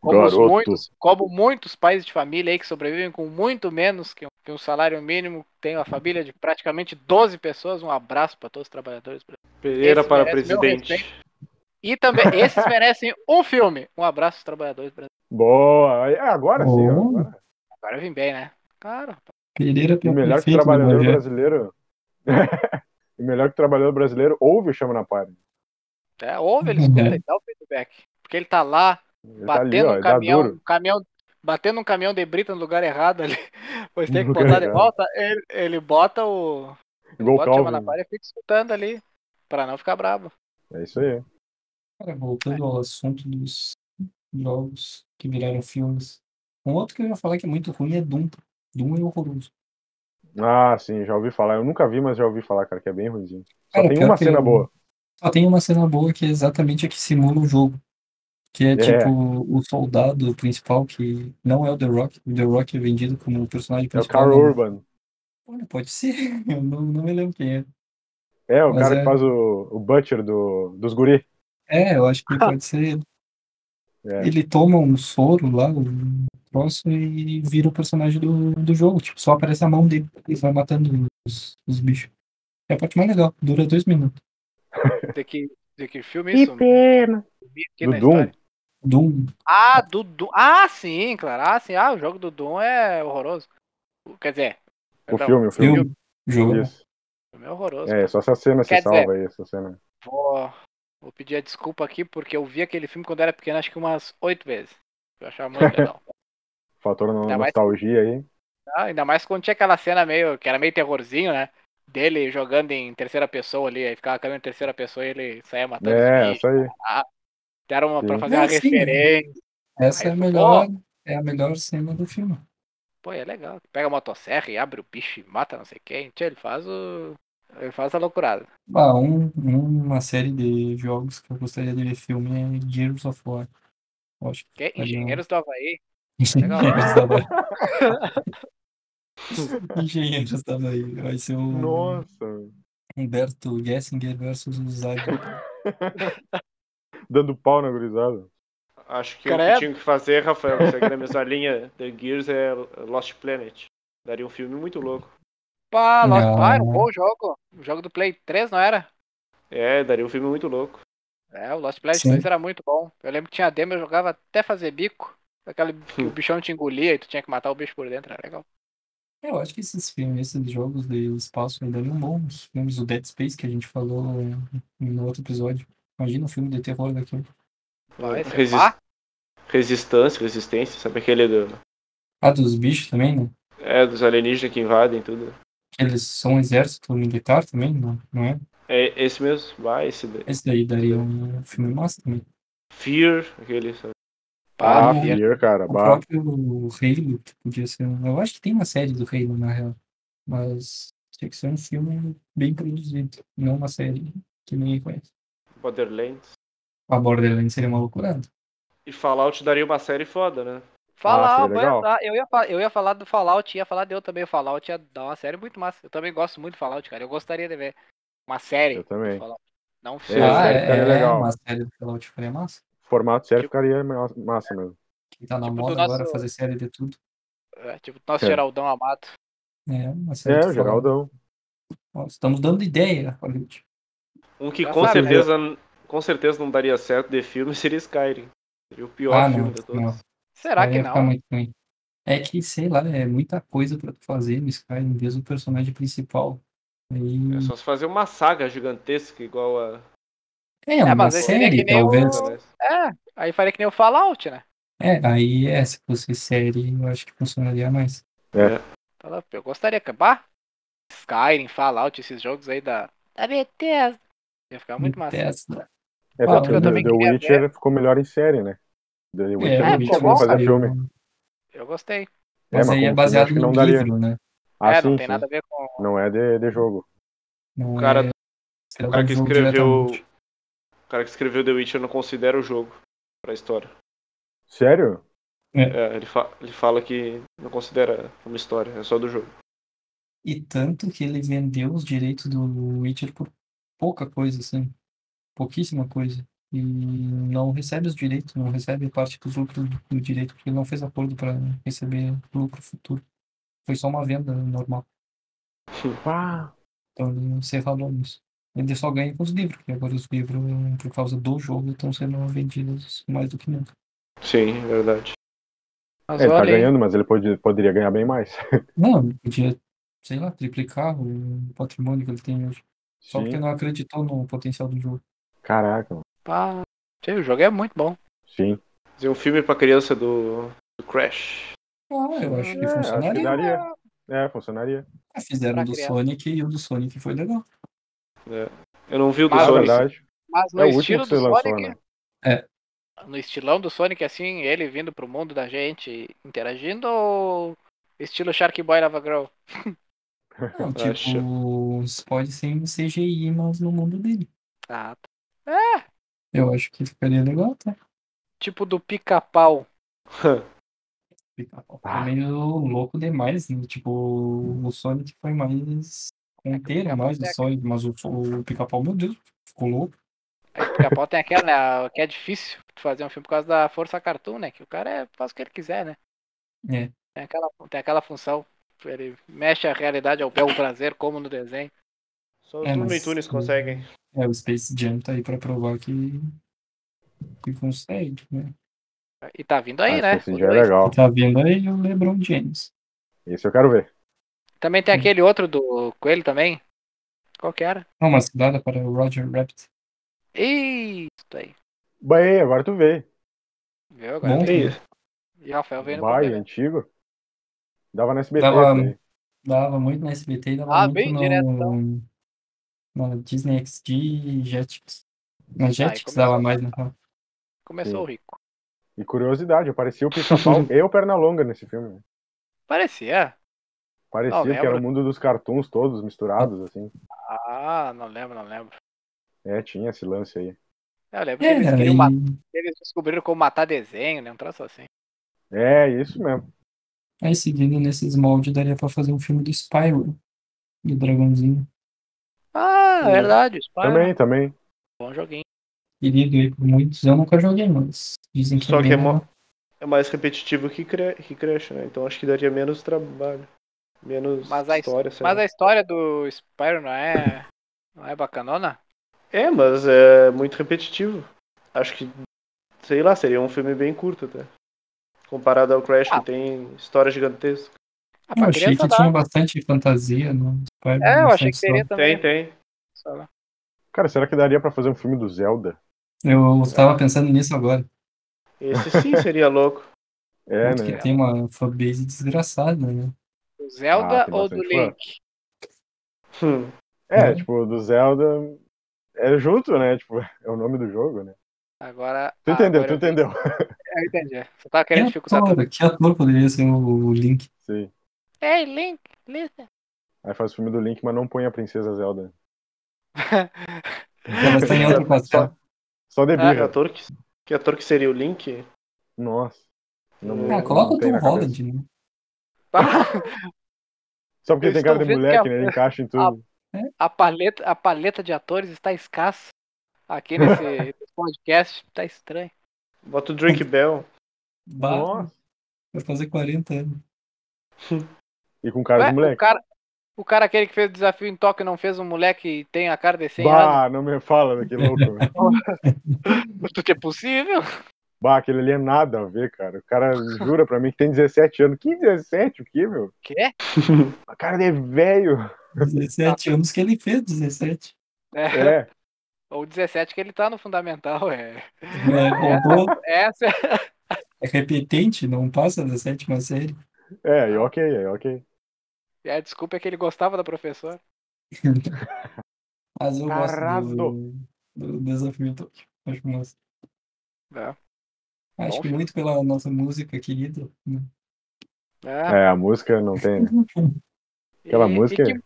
Como os muitos. como muitos pais de família aí que sobrevivem com muito menos que um, que um salário mínimo, tem uma família de praticamente 12 pessoas. Um abraço para todos os trabalhadores. Pereira Esse para merece meu presidente. E também, esses merecem um filme. Um abraço aos trabalhadores brasileiros. Boa. aí- é, agora sim. ó, Boa. agora. Agora eu vim bem, né? Cara, Pereira E tem um né, melhor que o trabalhador brasileiro. E melhor que o trabalhador brasileiro ouve o Chama na Party. é, ouve ele escuta e dá o feedback. Porque ele tá lá, Ele tá ali, batendo ó, um ele dá caminhão, duro. um caminhão, batendo um caminhão de brita no lugar errado ali. Pois tem No que lugar botar de errado. volta, ele, ele bota o. Igual o bota o chama na Calvin. palha e fica escutando ali. Pra não ficar brabo. É isso aí. Cara, voltando ao assunto dos jogos que viraram filmes. Um outro que eu ia falar que é muito ruim é Doom. Doom é horroroso. Ah, sim, já ouvi falar. Eu nunca vi, mas já ouvi falar, cara, que é bem ruimzinho. Só Cara, tem pior uma que cena eu- boa. Só tem uma cena boa que é exatamente a que simula o jogo. Que é, É. tipo o soldado principal, que não é o The Rock. O The Rock é vendido como o personagem É o principal. Carl né? Urban. Olha, pode ser. Eu não, não me lembro quem é. É, o Mas cara é. que faz o, o Butcher do, dos guri. É, eu acho que pode ser ele. É. Ele toma um soro lá, um troço, e vira o personagem do, do jogo. Tipo, só aparece a mão dele e vai matando os, os bichos. É a parte mais legal, dura dois minutos. De que, de que filme isso? pena. Aqui Do na Doom? história. Doom, Ah, do Doom. Ah, sim, claro. Ah, sim. Ah, o jogo do Doom é horroroso. Quer dizer, O perdão, filme, o filme. filme, jogo. Isso. o filme é horroroso. É, só essa cena se Quer dizer- salva aí, essa cena. Vou, vou pedir a desculpa aqui, porque eu vi aquele filme quando era pequeno, acho que umas oito vezes. Eu achava muito legal. Fator no- Ainda mais- nostalgia aí. Ah, ainda mais quando tinha aquela cena meio, que era meio terrorzinho, né? Dele jogando em terceira pessoa ali, aí ficava a câmera em terceira pessoa e ele saía matando os É, bichos. essa aí. Deram uma, pra sim. fazer uma Ah, sim. referência. Essa é a Aí, melhor, é a melhor cena do filme. Pô, é legal. Pega a motosserra e abre o bicho e mata não sei quem. Tchê, Ele faz o. Ele faz a loucurada. Ah, um, uma série de jogos que eu gostaria de ver filme é Gears of War. Eu acho que Que não. engenheiros do Havaí. Legal. Engenheiros da Bahia. Engenheiros da Bahia. Vai ser o Nossa. Humberto Gessinger versus o Zago. Dando pau na gurizada. Acho que o Credo. que tinha que fazer, Rafael, seguindo a mesma linha The Gears, é Lost Planet. Daria um filme muito louco. Pá, Lost Não. Pie, um bom jogo. O jogo do Play 3, não era? É, daria um filme muito louco. É, o Lost Planet Sim. 2 era muito bom. Eu lembro que tinha demo, eu jogava até fazer bico. Aquele que o bichão te engolia e tu tinha que matar o bicho por dentro, era legal. É, Eu acho que esses filmes, esses jogos de espaço ainda não bons. Os filmes do Dead Space que a gente falou no outro episódio. Imagina um filme de terror daquele. Vai ser Resist- pá. Resistância, resistência, sabe aquele do... Ah, dos bichos também, né? É, dos alienígenas que invadem tudo. Que Eles são um exército militar também, não, não é? É esse mesmo, vai, esse daí. Esse daí daria um filme massa também. Fear, aquele, sabe? Pá, Ah, Uhum. Fear. Fear, cara. O Bah. próprio Halo, que podia ser. um- Eu acho que tem uma série do Halo, na real. Mas tinha que ser um filme bem produzido, não uma série que ninguém conhece. Borderlands. A Borderlands seria uma loucurada. E Fallout daria uma série foda, né? Ah, Fallout, seria legal. ah, eu, ia fa- eu ia falar do é, Fallout, ia falar de eu também. O Fallout ia dar uma série muito massa. Eu também gosto muito do Fallout, cara. Eu gostaria de ver. Uma série. Eu também. Não um É, filme. ah, série é, ficaria é, legal. uma série do Fallout ficaria massa. Formato sério ficaria ma- massa mesmo. Quem tá na Tipo, do moda nosso- agora fazer série de tudo. É, tipo, nosso É. Geraldão amado. É, uma série É, do o Fallout. Geraldão. Ó, Estamos dando ideia, Hollywood. Um que Já com sabe, né? certeza com certeza não daria certo de filme seria Skyrim. Seria o pior Ah, filme não, de todos. não. Será Aí que ia ficar não? muito ruim. É que, sei lá, é muita coisa pra tu fazer no Skyrim, mesmo o personagem principal. Aí- É só se fazer uma saga gigantesca igual a. né? É, É, uma mas aí seria série, que nem o- talvez. É, aí faria que nem o Fallout, né? É, aí é, se fosse série, eu acho que funcionaria mais. Fala, Eu gostaria que. Bah! Skyrim, Fallout, esses jogos aí da. Da Bethesda. Ia ficar muito massa. Bethesda. É, Ah, tanto que eu o The também The queria Witcher ficou melhor em série, né? The Witcher não é o porque tinha Witcher como bom, fazer saiu, filme. Eu gostei. Mas É, mas aí é como baseado filme, acho no que não daria. livro, né? Ah, é, sim, não tem sim. nada a ver com. Não é de, de jogo. Não O cara- é- será O cara que um jogo escreveu. diretamente. O cara que escreveu The Witcher não considera o jogo pra história. Sério? É, ele, fa- ele fala que não considera uma história, é só do jogo. E tanto que ele vendeu os direitos do Witcher por pouca coisa, assim. Pouquíssima coisa. E não recebe os direitos, não recebe parte dos lucros do direito, porque ele não fez acordo para receber lucro futuro. Foi só uma venda normal. Pá. Então ele não se errou nisso. Ele só ganha com os livros, porque agora os livros, por causa do jogo, estão sendo vendidos mais do que nunca. Sim, é verdade. Mas É, ele tá olha aí. ganhando, mas ele pode- poderia ganhar bem mais. Não, ele podia, sei lá, triplicar o patrimônio que ele tem hoje. Só porque Sim. não acreditou no potencial do jogo. Caraca, mano. Pá. Sei, o jogo é muito bom. Sim. Fazer um filme pra criança do, do Crash. Ah, eu acho que É, acho que funcionaria. daria. É, funcionaria. Ah, Fizeram Pra o do criança. Sonic e o do Sonic foi legal. Eu não vi o do Ah, É Sonic. verdade. Mas no É o último estilo que você do lançou, Sonic. né? É. No estilão do Sonic, assim, ele vindo pro mundo da gente e interagindo ou estilo Shark Boy Lava Girl? Não, Eu acho. tipo, isso pode ser em CGI, mas no mundo dele. Ah, tá. Eu acho que ficaria legal tá? até. tipo do pica-pau. Pica-pau Ah. Foi meio louco demais, né? Tipo, o Sonic foi mais Pica-pau inteiro, mais do tem a- Sonic, mas o, o pica-pau, meu Deus, ficou louco. Aí o É, pica-pau tem aquela, né? Que é difícil tu fazer um filme por causa da força cartoon, né? Que o cara é- faz o que ele quiser, né? É. Tem aquela, tem aquela função. Ele mexe a realidade ao bel prazer, como no desenho. Só os É, Looney mas- Tunes conseguem. É, o Space Jam tá aí pra provar que, que consegue, né? E tá vindo aí, Acho né? que esse Os já é dois. legal. Tá vendo aí o LeBron James. Esse eu quero ver. Também tem aquele outro do Coelho também. Qual que era? Não, mas dada para o Roger Rabbit. Isso aí. Bem, agora tu vê. Viu agora? Bom, Ih, E o Rafael veio no Vai, complemento. antigo. Dava na SBT. Dava- isso aí. dava muito na SBT e dava Ah, muito bem no, diretão. na Disney XD e Jetix. Na Jetix começou dava a mais, né? na real. Começou Sim. o rico. E curiosidade, aparecia o Pica-Pau e o Pernalonga nesse filme. né? Parecia. Parecia Não, que era o lembra? mundo dos cartoons todos misturados, assim. Ah, não lembro, não lembro. É, tinha esse lance aí. Eu lembro que É, eles, cara, queriam e- matar, eles descobriram como matar desenho, né? Um troço assim. É, isso mesmo. aí seguindo É, nesses moldes daria pra fazer um filme do Spyro, do Dragãozinho. Ah, Hum. verdade. Os pais, Também, também. Bom joguinho. Querido aí por muitos, eu nunca joguei, mas dizem que Só é que bem é mó- legal. é mais repetitivo que, cre... que Crash, né? Então acho que daria menos trabalho. Menos Mas a his- história, sei Mas lá. a história do Spyro não é. Não é bacanona? É, mas é muito repetitivo. Acho que, sei lá, seria um filme bem curto até. Comparado ao Crash, Ah. que tem história gigantesca. Ah, Eu pra achei criança que dá. tinha bastante fantasia no Spyro. É, eu achei bastante que teria história. também. Tem, tem. Sei lá. Cara, será que daria pra fazer um filme do Zelda? Eu tava pensando nisso agora. Esse sim seria louco. É, Tanto que né? tem uma fanbase desgraçada, né? Do Zelda Ah, tem ou do bastante fã. Link? Hum. É, Hum. tipo, do Zelda. É junto, né? Tipo, é o nome do jogo, né? Agora. Tu ah, entendeu, agora tu eu- É, entendeu. Eu entendi. Você tava Que querendo dificultar tudo. ator, que ator poderia ser o Link? Sim. Ei, Link, listen. Aí faz o filme do Link, mas não põe a Princesa Zelda. Ela está tá em outro castelo. Só de Que birra. Ah. ator que, que ator que seria o Link? Nossa. Não- Ah, coloca não o tem Tom na cabeça. Holland, né? Pá. Só porque Eles tem cara tão de vendo mulher que é a- que nem ele né, encaixa em tudo. A paleta, a paleta de atores está escassa aqui nesse podcast. Tá estranho. Bota o Drink Hum. Bell. Bah, Nossa. vai fazer 40 anos. E com cara Ué, de o, moleque. cara, o cara aquele que fez o desafio em Tóquio não fez um moleque e tem a cara de 100 anos. Bah, não me fala daquele louco. né. velho. Tudo que é possível. bah, aquele ali é nada a ver, cara. O cara jura pra mim que tem 17 anos. Que 17? O que, meu? Quê? A cara é velho. 17 anos que ele fez, 17. É. É. Ou 17 que ele tá no fundamental. É. É, roubou, Essa é é repetente, não passa da sétima série. É, e ok, é ok. é a desculpa é que ele gostava da professora. Mas eu gosto do, Caralho. do desafio Tóquio. Acho, massa. É. acho Bom que filme. muito pela nossa música querida. né? É. É, a música não tem. né? Aquela música- que-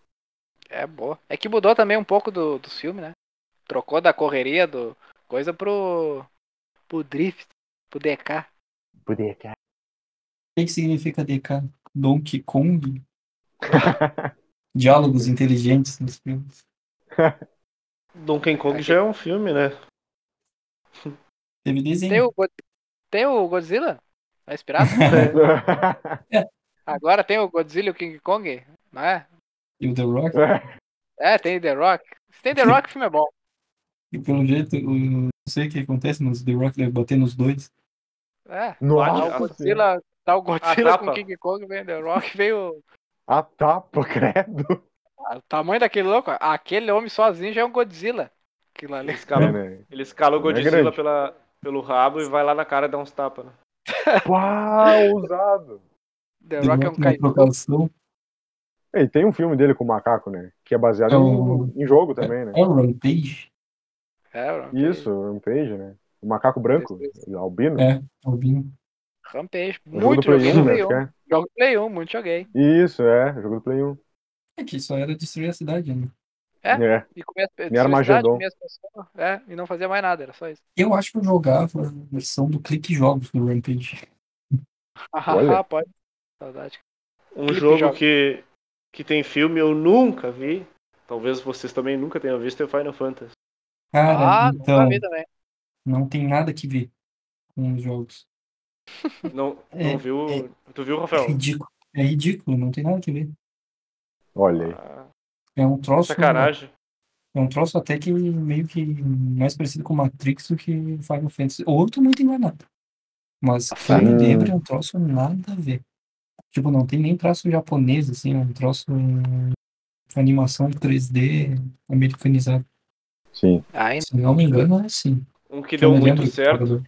é boa. É que mudou também um pouco do, dos filmes, né? Trocou da correria do coisa pro pro drift, pro DK. Podia, cara. O que, que significa DK? Donkey Kong? Diálogos inteligentes nos filmes. Donkey Kong Aqui. já é um filme, né? Teve desenho. Tem o, Go- tem o Godzilla? Não é inspirado? Agora tem o Godzilla e o King Kong? Não é? E o The Rock. É, tem The Rock. Se tem The Rock, o filme é bom. E pelo jeito, eu não sei o que acontece, mas o The Rock deve bater nos dois. É. Tá o Nossa, senhora. Godzilla, tá o Godzilla com tapa. o King Kong, vem The Rock, veio. a tapa, credo. Ah, o tamanho daquele louco. Aquele homem sozinho já é um Godzilla. Aquilo ali. Ele escala, É, né? ele escala o Não é Godzilla grande. pela, pelo rabo e vai lá na cara e dá uns tapas. Né? Pá, ousado. The The Rock é um Rock na caipira. trocação. E tem um filme dele com o macaco, né? Que é baseado É o- em, em jogo também, né? É o Rampage? É, Rock. Isso, Rampage, né? O macaco branco, albino. É, Albino. Rampage. O jogo Muito do Play joguei 1, no né? Play acho que 1. é. Jogo do Play 1, muito joguei. Isso, é, jogo do Play 1. É que só era destruir a cidade, né? É. E comia as Era Magedon. comia as pessoas. É, e não fazia mais nada, era só isso. Eu acho que eu jogava a versão do Clique Jogos do Rampage. Olha. Ah, pode. Saudade. Um Clipe jogo joga. que, que tem filme eu nunca vi. Talvez vocês também nunca tenham visto é Final Fantasy. Cara, ah, então, nunca vi também. não tem nada que ver com os jogos. Não, É, não viu. Tu viu, É Então. Rafael? ridículo. É ridículo, não tem nada que ver. Olha aí. Ah, É um troço. sacanagem. É um troço até que meio que mais parecido com Matrix do que Final Fantasy. Ou eu tô muito enganado. Mas Ah, que eu me Hum. lembro é um troço nada a ver. Tipo, não tem nem traço japonês, assim, é um troço hum, animação 3D americanizado. Sim. Ainda. Se não me engano, é assim. Um que Que eu deu me muito lembro que certo, tava-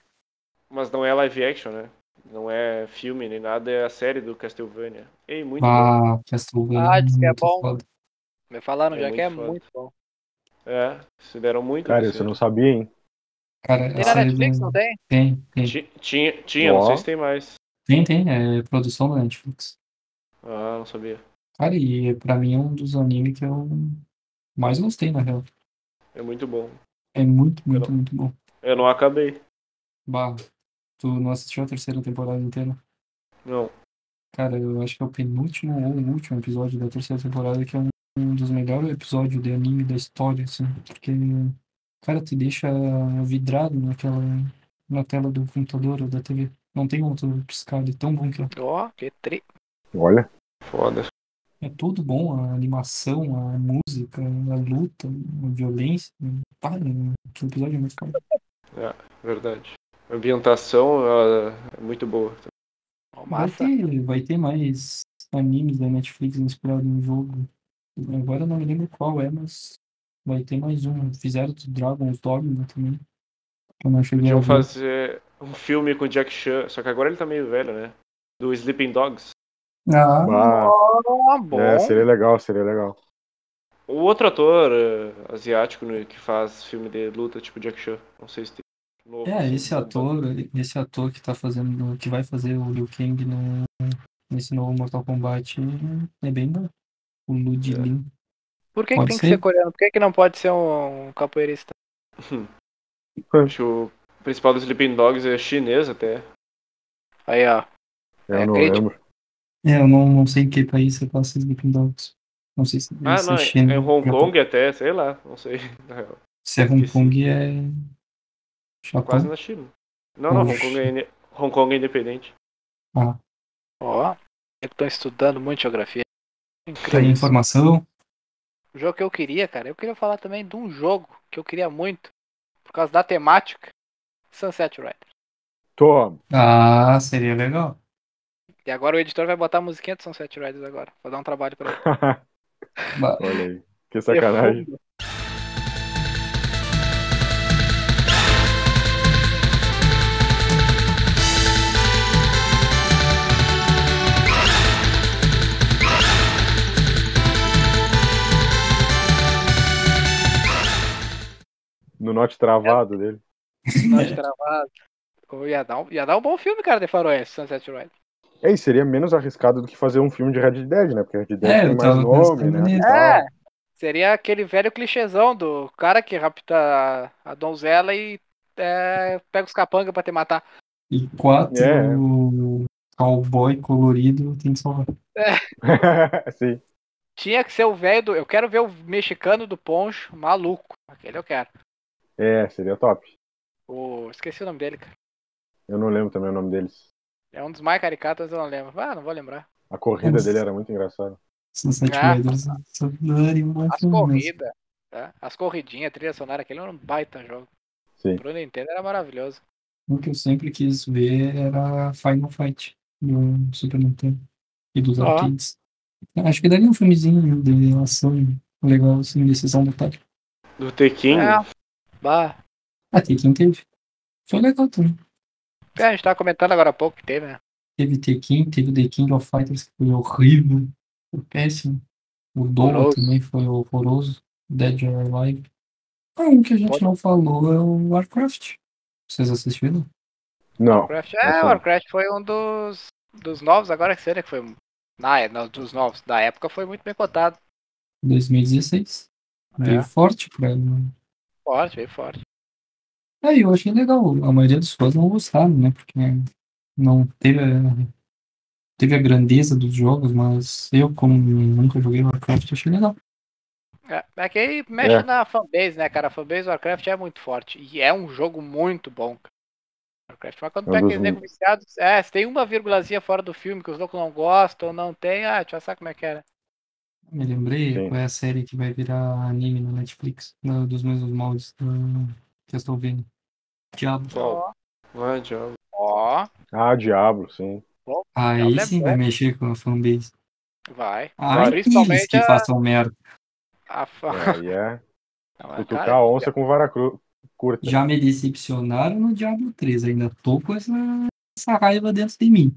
mas não é live action, né? Não é filme nem nada, é a série do Castlevania. Ei, muito bom. Ah, Castlevania. Ah, diz que é muito bom. foda. Me falaram É já que é muito foda. muito bom. É, se deram muito. Cara, com isso isso. eu não sabia, hein? Cara, Tem a na série Netflix, do- não tem? Tem, tem. Ti- Tinha, tinha não Ó. sei se tem mais. Tem, tem. É produção da Netflix. Ah, não sabia. Cara, e pra mim é um dos animes que eu mais gostei, na real. É muito bom. É muito, muito, Pelo- muito bom. Eu não acabei. Bah, tu não assistiu a terceira temporada inteira? Não. Cara, eu acho que é o penúltimo ou o último episódio da terceira temporada, que é um, um dos melhores episódios de anime da história, assim, porque, cara, te deixa vidrado naquela, na tela do computador ou da TV. Não tem outro piscado, é tão bom que é. Ó, que tri. Olha. Foda. É tudo bom, a animação, a música, a luta, a violência. né? Pá, que episódio é muito foda. Verdade. A ambientação ela é muito boa. Ó, Vai massa. ter, vai ter mais animes da Netflix inspirados em jogo. Agora eu não me lembro qual é, mas vai ter mais um. Fizeram do Dragon's Dogma né, também. Eu não cheguei a Podiam ver. fazer um filme com o Jack Chan, só que agora ele tá meio velho, né? Do Sleeping Dogs. Ah, Ah, Ó, bom. é, seria legal, seria legal. O outro ator eh, asiático né, que faz filme de luta, tipo Jack Chan. Não sei se tem. Novo, é, assim, esse bombado. ator, esse ator que tá fazendo, que vai fazer o Liu Kang no, nesse novo Mortal Kombat é bem bom. O Lud É. Lin. Por que, que Pode tem que ser. ser coreano? Por que, que não pode ser um capoeirista? Acho que o principal do Sleeping Dogs é chinês até. Aí, ó. Eu É não crítico. lembro. É, eu não, não sei em que país você passa Sleeping Dogs. Não sei se Ah, se não, é China. é em Hong Japão. Kong até, sei lá, não sei. Na real. Se é Hong Kong é. Japão. Quase na China. Não, não, Hong Oxi. Kong é, inde- Hong Kong é independente. Ó, eu tô estudando muito geografia. Incrível. Tem informação. O jogo que eu queria, cara, eu queria falar também de um jogo que eu queria muito, por causa da temática, Sunset Riders. Toma. Ah, seria legal. E agora o editor vai botar a musiquinha do Sunset Riders agora, pra dar um trabalho pra ele. Ba- Olha aí. É Que sacanagem. No note É. travado dele. Nós gravado. Pô, Ia dar, um, ia dar um bom filme, cara, de faroeste, Sunset Riders. É, e seria menos arriscado do que fazer um filme de Red Dead, né? Porque Red Dead É, tem eu mais tava nome, pensando né? nisso. Ah, Seria aquele velho clichêzão do cara que rapta a- a donzela e é, pega os capanga pra te matar. E quatro É. cowboy colorido tem que salvar. Sim. Tinha que ser o velho do. Eu quero ver o mexicano do Poncho, maluco. Aquele eu quero. É, seria top. O... Esqueci o nome dele, cara. Eu não lembro também o nome deles. É um dos mais caricatos, eu não lembro. Ah, não vou lembrar. A corrida Nossa. dele era muito engraçada. Sunset Ah. Riders, Sunbury, As corridas, tá? As corridinhas, trilha sonora, aquele era um baita jogo. Sim. Pro Nintendo era maravilhoso. O Um que eu sempre quis ver era Final Fight do Super Nintendo e dos Ah. arcades. Acho que daria um filmezinho de ação legal, assim, de sessão da tarde. Do Tekken, Ah, bah. Ah, Tekken teve. Foi legal também. É, a gente tava comentando agora há pouco que teve, né? Teve Tekken, teve The King of Fighters, que foi horrível, foi péssimo. O Dora Horroroso. também foi horroroso. Dead or Alive. Ah, um que a gente Pode- não falou é o Warcraft. Vocês assistiram? Não. Warcraft, Essa é, não. Warcraft foi um dos, dos novos, agora que seria que foi. Na, é, não, dos novos, da época foi muito bem cotado. 2016. Veio É. forte pra né? Forte, bem forte. É, eu achei legal. A maioria dos fãs não gostaram, né? Porque não teve a, teve a grandeza dos jogos, mas eu, como nunca joguei Warcraft, achei legal. É, é que aí mexe É. na fanbase, né, cara? A fanbase do Warcraft é muito forte. E é um jogo muito bom, cara. Warcraft, mas quando É um pega dos aqueles nego viciados, é, se tem uma vírgulazinha fora do filme que os loucos não gostam, não tem, ah, deixa eu saber como é que era. Me lembrei Sim. qual é a série que vai virar anime na Netflix, na- dos mesmos moldes ah, do Castlevania. Diablo. qual? Ah, diabo. Ó, Ah, Diablo, sim. Aí Diablo é sim bom. vai mexer com a fanbase. vai. Ah, eles principalmente que a- façam merda. A Aí fa... é. Não, é, Cutucar cara, a onça com vara cru- curta. Já me decepcionaram no Diablo 3, ainda tô com essa, essa raiva dentro de mim.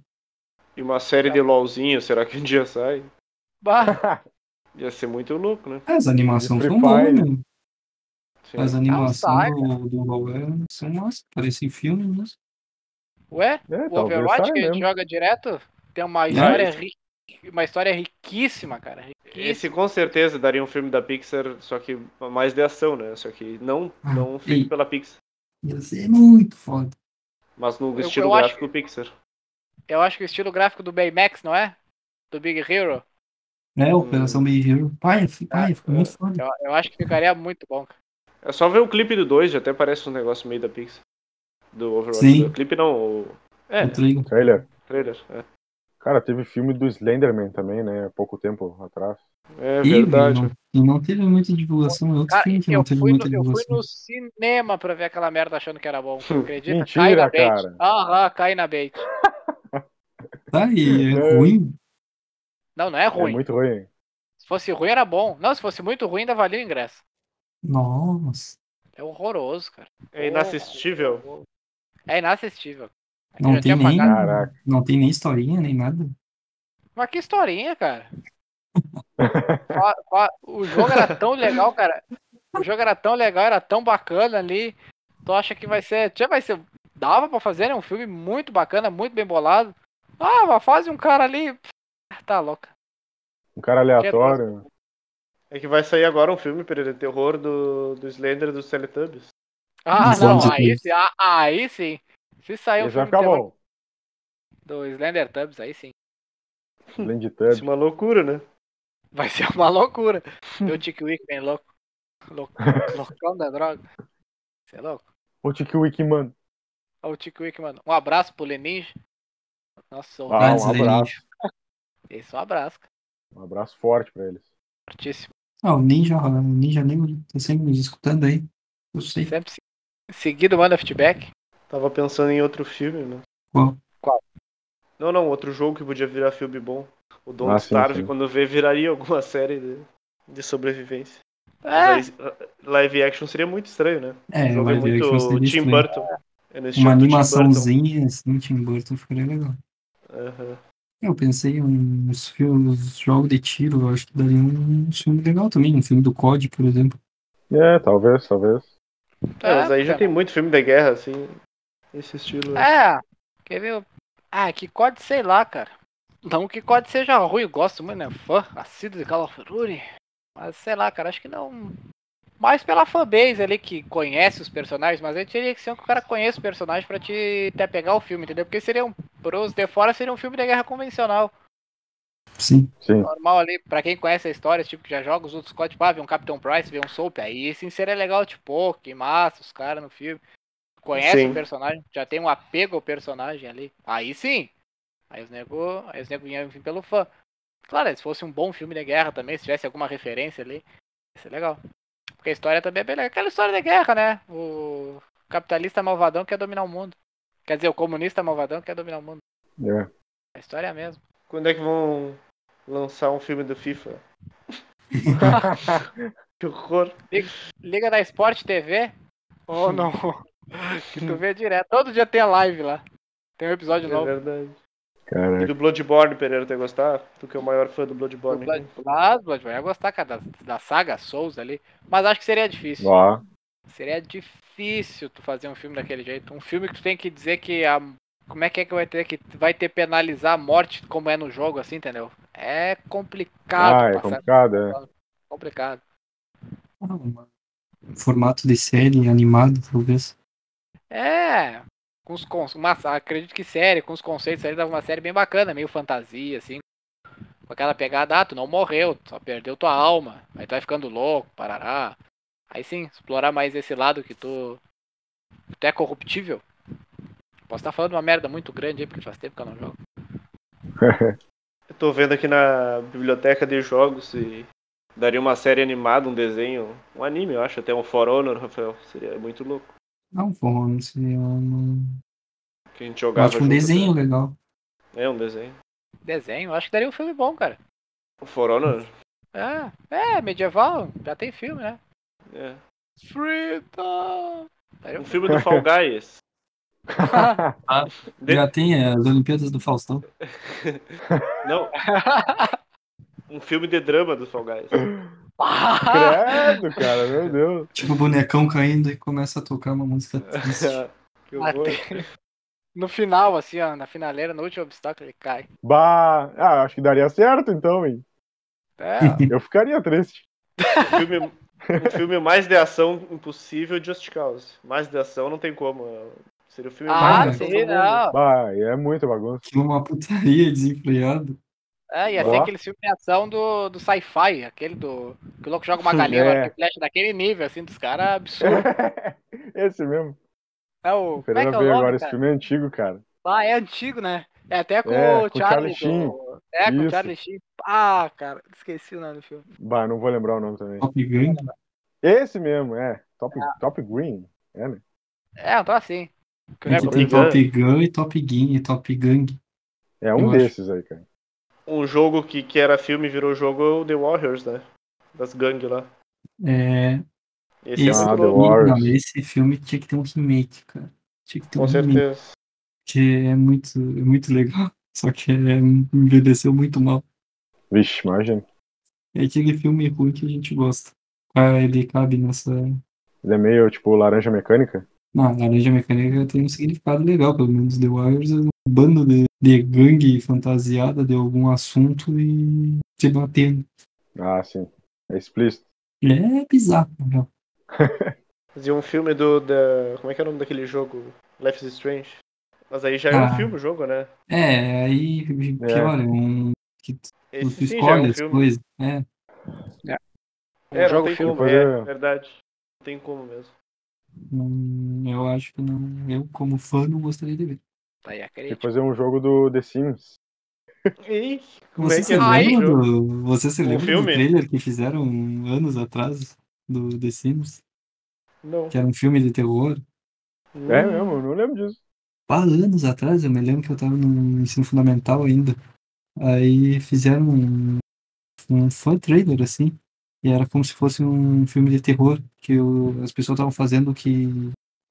E uma série de LOLzinho, será que um dia sai? bah, Ia ser muito louco, né? As animações De são Free boas, Fire. meu. Sim. As animações sai, do, do Logan são nossa, parecem filme mesmo. Ué, É, o talvez Overwatch saia que a gente mesmo. joga direto tem uma história ri- Uma história riquíssima, cara. Riquíssima. Esse com certeza daria um filme da Pixar, só que mais de ação, né? Só que não, Ah, não um filme e- pela Pixar, Ia ser muito foda. mas no Eu- estilo eu acho gráfico Pixar. Eu acho que o estilo gráfico do Baymax, não é? Do Big Hero. Né, Hum. Operação Bay Hero. Pai, fi- pai, ficou muito foda. Eu, eu acho que ficaria muito bom. cara. É só ver o clipe do 2, até parece um negócio meio da Pixar. Do Overwatch. Sim. O clipe não, o É. O trailer. Trailer. trailer. É, Cara, teve filme do Slenderman também, né? Há pouco tempo atrás. É E, verdade. não, e não teve muita divulgação. É outro Cara, filme que eu, não teve fui muita no, eu fui divulgação. no cinema pra ver aquela merda achando que era bom. Acredita? Hum, Mentira, cai na bait. cara. Aham, cai na bait. Tá, e é É. ruim. Não, não é ruim. É muito ruim. Se fosse ruim, era bom. Não, se fosse muito ruim, ainda valia o ingresso. Nossa. É horroroso, cara. É inassistível. É inassistível. É Eu Não já tinha tem, nem, pagado. Caraca. não tem nem historinha, nem nada. Mas que historinha, cara. Ó, ó, o jogo era tão legal, cara. O jogo era tão legal, era tão bacana ali. Tu acha que vai ser. Tchê, vai ser. Dava pra fazer, né? Um filme muito bacana, muito bem bolado. Ah, mas faz um cara ali. Ah, Tá louca. Um cara aleatório. É que vai sair agora um filme de terror do, do Slender dos Teletubbies. Não Ah, não, vamos aí dizer sim. ah, Aí sim. Se sair um Esse vai filme ficar terror bom. do Slender Tubbs, aí sim. Slendy Isso é Tub. uma loucura, né? Vai ser uma loucura. Ver o Dick Wickman louco. Louco, loucão da droga. Você é louco? O Tiki Wiki, mano. Olha o Tick Wick, mano. Um abraço pro Leninja. Nossa, um Ah, Antes, um abraço. Esse é um abraço, cara. Um abraço forte pra eles. Fortíssimo. Ah, o Ninja, o Ninja nem tá sempre nos escutando aí. Eu sei. Sempre se- seguido, manda feedback. Tava pensando em outro filme, né? Qual? Qual? Não, não, outro jogo que podia virar filme bom. O Don't Ah, sim, Starve, sim. quando vê, viraria alguma série de, de sobrevivência. É, Mas aí, live action seria muito estranho, né? É, o jogo é mas eu acho muito que seria Tim estranho. Burton. É nesse Uma estilo do Tim animaçãozinha, assim, Tim Burton, ficaria legal. Burton. Aham. Eu pensei em uns filmes, uns jogos de tiro, eu acho que daria um filme legal também, um filme do COD, por exemplo. É, talvez, talvez. É, mas aí já cara. tem muito filme de guerra, assim. Esse estilo. É, quer ver? o- Ah, que code, sei lá, cara. Não que code seja ruim, eu gosto muito, né? Fã, assíduo de Call of Duty. Mas sei lá, cara, acho que não. Mais pela fanbase ali que conhece os personagens, mas aí teria que ser um que o cara conheça os personagens pra te até pegar o filme, entendeu? Porque seria um. Pros de fora seria um filme de guerra convencional. Sim. Sim. Normal ali, pra quem conhece a história, tipo, que já joga os outros códigos, tipo, ah, vê um Capitão Price, vê um Soap, aí sim seria legal, tipo, pô, que massa, os caras no filme. Conhece Sim. o personagem, já tem um apego ao personagem ali. Aí sim. Aí os nego, aí os nego vinham vir pelo fã. Claro, se fosse um bom filme de guerra também, se tivesse alguma referência ali, ia ser legal. Porque a história também é bem legal. Aquela história de guerra, né? O capitalista malvadão quer dominar o mundo. Quer dizer, o comunista malvadão quer dominar o mundo. É. A história é a mesma. Quando é que vão lançar um filme do FIFA? Que horror. Liga na Sport TV ou não? que tu vê direto. Todo dia tem a live lá. Tem um episódio É novo. verdade. E Caraca. do Bloodborne, Pereira, tu ia gostar? Tu que é o maior fã do Bloodborne. Blood- Mas Blood vai gostar, cara, da, da saga Souls ali. Mas acho que seria difícil. Ó, Seria difícil tu fazer um filme daquele jeito. Um filme que tu tem que dizer que a. Como é que é que vai ter que vai ter penalizar a morte como é no jogo, assim, entendeu? É complicado ah, é passar. complicado, é. complicado. Ah, uma- um formato de série animado, talvez. É, com os con- uma, acredito que série, com os conceitos ali dava uma série bem bacana, meio fantasia, assim. Com aquela pegada, ah, tu não morreu, tu só perdeu tua alma, aí tu vai ficando louco, parará. Aí sim, explorar mais esse lado que tu. que tu é corruptível. Posso estar falando uma merda muito grande aí, porque faz tempo que eu não jogo. Eu tô vendo aqui na biblioteca de jogos se daria uma série animada, um desenho, um anime, eu acho, até um For Honor, Rafael. Seria muito louco. Não, porra, seria um, Que a gente eu jogava. acho um junto, desenho legal. né? É, um desenho. Desenho, acho que daria um filme bom, cara. O For Honor? É, é, medieval, já tem filme, né? É. Freedom! Daria Um filme do Fall Guys. De- Já tem é, as Olimpíadas do Faustão. Não, um filme de drama do Fall Guys. é. Credo, cara, meu Deus. Tipo, o bonecão caindo e começa a tocar uma música triste. que horror. Até- No final, assim, ó, na finaleira, no último obstáculo, ele cai. Bah, ah, acho que daria certo então, hein? É, Eu ficaria triste. Um filme, um filme mais de ação impossível, Just Cause. Mais de ação não tem como. é, Seria o filme ah, mais de ação do sim, mundo. não. Bah, é muita bagunça. Tinha uma putaria desenfreada. É, ia ser Ó. aquele filme de ação do, do sci-fi, aquele do. Que o louco joga uma galinha, É. é. flecha daquele nível, assim, dos caras absurdo. Esse mesmo. É o. Como é Pereira que é o veio nome, agora, esse cara? filme é antigo, cara. Ah, é antigo, né? É até com É, o com o Charlie. Charlie Sheen. do- É, com o Isso. Charlie Sheen. Ah, cara, esqueci o nome do filme. Bah, não vou lembrar o nome Ah. também. Top Gun. Esse mesmo, é. Top, top Green. É, né? É, eu tô assim. Que o É que nego Top tem Gun. Top Gun e Top Gun e Top Gang. É um Eu acho. desses aí, cara. Um jogo que, que era filme e virou jogo é o The Warriors, né? Das gangues lá. É, Esse, Esse, é Ah, muito The louco. Warriors. não, esse filme tinha que ter um remake, cara. Tinha que ter um Com remake, certeza. porque é muito, é muito legal. Só que é, envelheceu muito mal. Vixe, imagina. É aquele filme ruim que a gente gosta. Ah, ele cabe nessa. Ele é meio, tipo, laranja mecânica. Não, Laranja Mecânica tem um significado legal, pelo menos. The Wires é um bando de, de gangue fantasiada de algum assunto e se batendo. Ah, sim. É explícito. É bizarro, na real. Fazia um filme do. Da... Como é que é o nome daquele jogo? Life is Strange. Mas aí já é Ah. um filme o jogo, né? É, aí pior, é um. que que tu, Esse tu sim já é escolhe um as filme. coisas, né? É, não um jogo tem filme. como, Depois é eu- verdade. Não tem como mesmo. Não, eu acho que não. Eu, como fã, não gostaria de ver. Tá aí a Tem que crítica. fazer um jogo do The Sims. Ih, como Você tá é que se é esse lembra, jogo? do, você se O lembra do filme? trailer que fizeram anos atrás do The Sims? Não. Que era um filme de terror? É Hum. mesmo, eu não lembro disso. Há anos atrás, eu me lembro que eu tava no ensino fundamental ainda. Aí fizeram um, um fã trailer, assim. E era como se fosse um filme de terror, que o- as pessoas estavam fazendo o que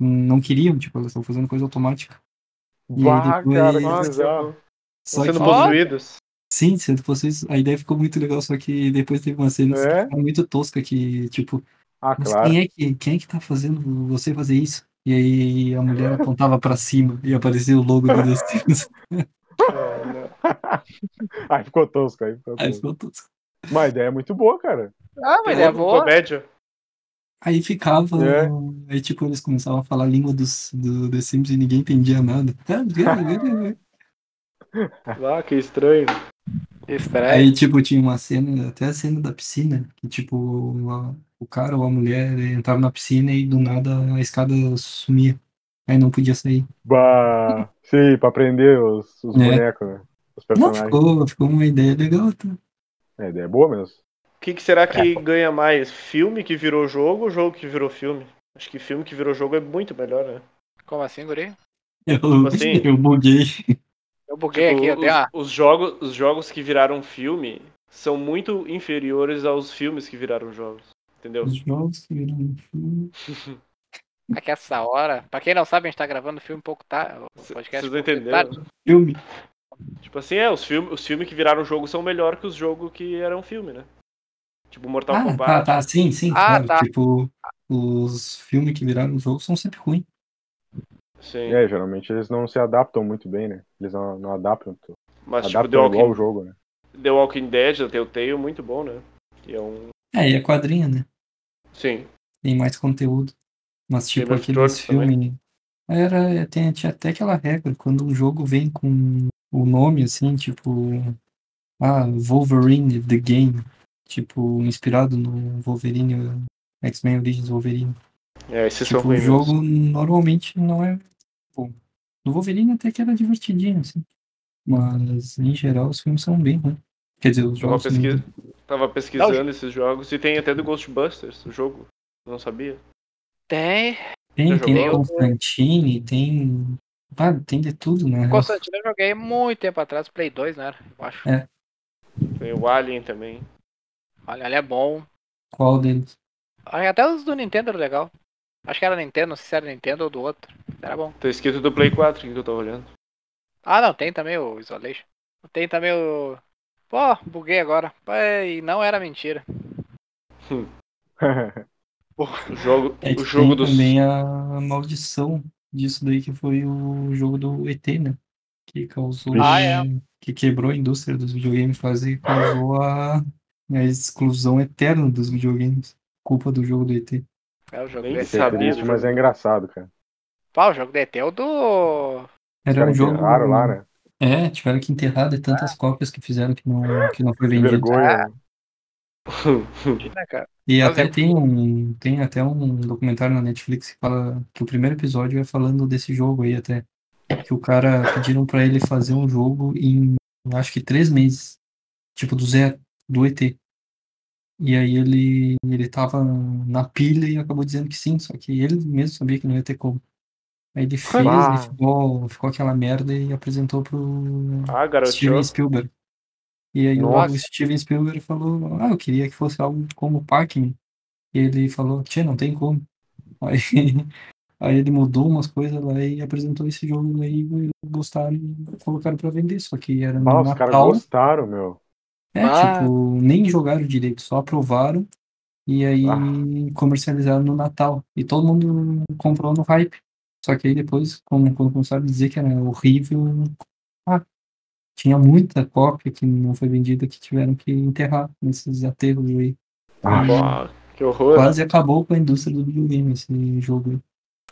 não queriam, tipo, elas estavam fazendo coisa automática. E aí Bah, depois- cara, Ah, que bizarro. bizarro. Só Sendo que, possuídos. sim, sendo vocês, a ideia ficou muito legal, só que depois teve uma cena É? muito tosca que, tipo, Ah, mas claro. quem é que, quem é que tá fazendo você fazer isso? E aí a mulher apontava pra cima e aparecia o logo do The Sims. É, Ah, não. Aí ficou tosco, aí ficou Aí tosco. ficou tosco. Mas a ideia é muito boa, cara. Ah, mas é um Terror com boa. Comédia. Aí ficava. É. Aí, tipo, eles começavam a falar a língua dos, do The Sims e ninguém entendia nada. É, Ah, que estranho. Estranho. Aí, tipo, tinha uma cena, até a cena da piscina, que, tipo, uma- o cara ou a mulher entravam na piscina e do nada a escada sumia. Aí não podia sair. Bah. Sim, pra prender os, os É. bonecos, né? Os Não, personagens. ficou, ficou uma ideia legal. Tá? É, a ideia é boa mesmo. O que, que será que ganha mais? Filme que virou jogo ou jogo que virou filme? Acho que filme que virou jogo é muito melhor, né? Como assim, guri? Eu, assim? eu buguei. Eu buguei Tipo, aqui, eu os, dei uma. Tipo, os jogos, os jogos que viraram filme são muito inferiores aos filmes que viraram jogos. Entendeu? Os jogos que viram um filme. Aqui essa hora. Pra quem não sabe, a gente tá gravando o filme um pouco tarde. O podcast Vocês um não pouco entenderam? tarde. Filme. Tipo assim, é, os filmes os filme que viraram jogo são melhor que os jogos que eram filme, né? Tipo Mortal Ah, Kombat. tá, tá, sim, sim, Ah, claro. tá. Tipo, os filmes que viraram jogo são sempre ruins. Sim. É, geralmente eles não se adaptam muito bem, né? Eles não, não adaptam. tu- Mas tipo, The adaptam tá, igual Walking, o jogo, né? The Walking Dead, o Telltale, muito bom, né? Que é um. É, e a quadrinha, né? Sim. tem mais conteúdo. Mas, tipo, Game of aqueles Thrones também. filmes. Era, tem, tinha até aquela regra, quando um jogo vem com o nome, assim, tipo. Ah, Wolverine The Game. Tipo, inspirado no Wolverine, X-Men Origins Wolverine. É, esses Tipo, são o ruins. mesmo. jogo normalmente não é bom. No Wolverine até que era divertidinho, assim. Mas, em geral, os filmes são bem ruins. Quer dizer, os Tava, jogos. são bem pesquis... ruins. Tava pesquisando esses jogos e tem até do Ghostbusters o jogo. Não sabia. Tem. Tem, Já tem jogou? Constantine, tem. Ah, tem de tudo, né? Constantino eu joguei muito tempo atrás, Play 2, né? Eu acho. É. Tem o Alien também. Olha, ele é bom. Qual deles? Olha, Até os do Nintendo era legal. Acho que era Nintendo, não sei se era Nintendo ou do outro. Era bom. Tá escrito do Play 4 aqui que eu tava olhando. Ah, não, tem também o Isolation. Tem também o. Pô, buguei agora. Pô, E não era mentira. O jogo, É que o jogo tem dos. também a maldição disso daí que foi o jogo do ET, né? Que causou. Ah, é. Que quebrou a indústria dos videogames, quase causou a, a exclusão eterna dos videogames. Culpa do jogo do ET. É o jogo Nem do ET. Isso é Sabia triste, do mas jogo. é engraçado, cara. Pá, o jogo do ET é o do. Era um jogo. Raro lá, né? Ah. É, tiveram que enterrar de tantas cópias que fizeram que não, que não foi Que vendido. vergonha. Né, cara? E Mas até é- tem um, tem até um documentário na Netflix que fala que o primeiro episódio é falando desse jogo aí até. Que o cara pediram pra ele fazer um jogo em acho que três meses. Tipo, do zero, do ET. E aí ele, ele tava na pilha e acabou dizendo que sim, só que ele mesmo sabia que não ia ter como. Aí ele fez Ah. e ficou, ficou aquela merda e apresentou pro, Ah, garotinho. Steven Spielberg. E aí Nossa. o Steven Spielberg falou, ah, eu queria que fosse algo como Pac-Man. E ele falou, tchê, não tem como. Aí, aí ele mudou umas coisas lá e apresentou esse jogo aí, e gostaram e colocaram pra vender, só que era no Ah, os caras Natal. gostaram, meu. É, Ah. tipo, nem jogaram direito, só aprovaram e aí comercializaram no Natal. E todo mundo comprou no hype. Só que aí depois, como, quando começaram a dizer que era horrível, ah, tinha muita cópia que não foi vendida que tiveram que enterrar nesses aterros aí. Ah, Uau, que horror. Quase acabou com a indústria do videogame esse jogo. aí.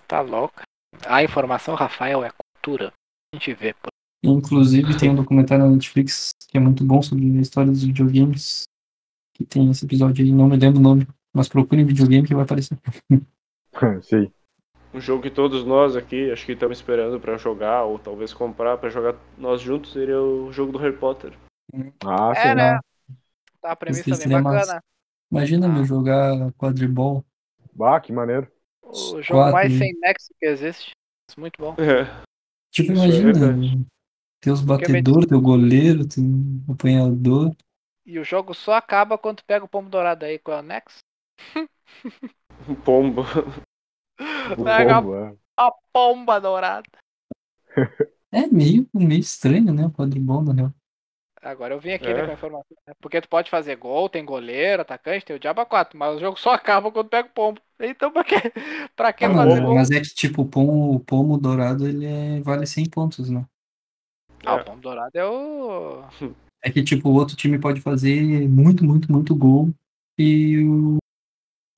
Tá louco. A informação, Rafael, é cultura. A gente vê. pô. Inclusive, tem um documentário na Netflix que é muito bom sobre a história dos videogames. Que tem esse episódio aí, não me lembro o nome. Mas procurem videogame que vai aparecer. Sei. Um jogo que todos nós aqui, acho que estamos esperando pra jogar, ou talvez comprar pra jogar nós juntos, seria o jogo do Harry Potter. Ah, É, sei né? lá. Tá a premissa Esse bem é massa. bacana. Imagina Ah. meu jogar quadribol. né? Bah, que maneiro. O jogo Quatro, mais né? sem nexo que existe. Muito bom. É. Tipo, Isso é imagina. verdade. é Tem os Porque me- batedores, tem o goleiro, tem o apanhador. E o jogo só acaba quando tu pega o pombo dourado aí com o anexo. Um pombo. O Pega pombo, é. a pomba dourada. É meio, meio estranho, né? O quadribol, na real. Agora eu vim aqui É. né, com a informação. né? Porque tu pode fazer gol, tem goleiro, atacante, tem o Diaba 4, mas o jogo só acaba quando pega o pombo. Então pra que, pra que Ah, Quer fazer mano, gol? mas é que tipo, o pomo, o pomo dourado ele é- vale 100 pontos, né? Ah, o pombo dourado é o. É que tipo, o outro time pode fazer muito, muito, muito gol e o,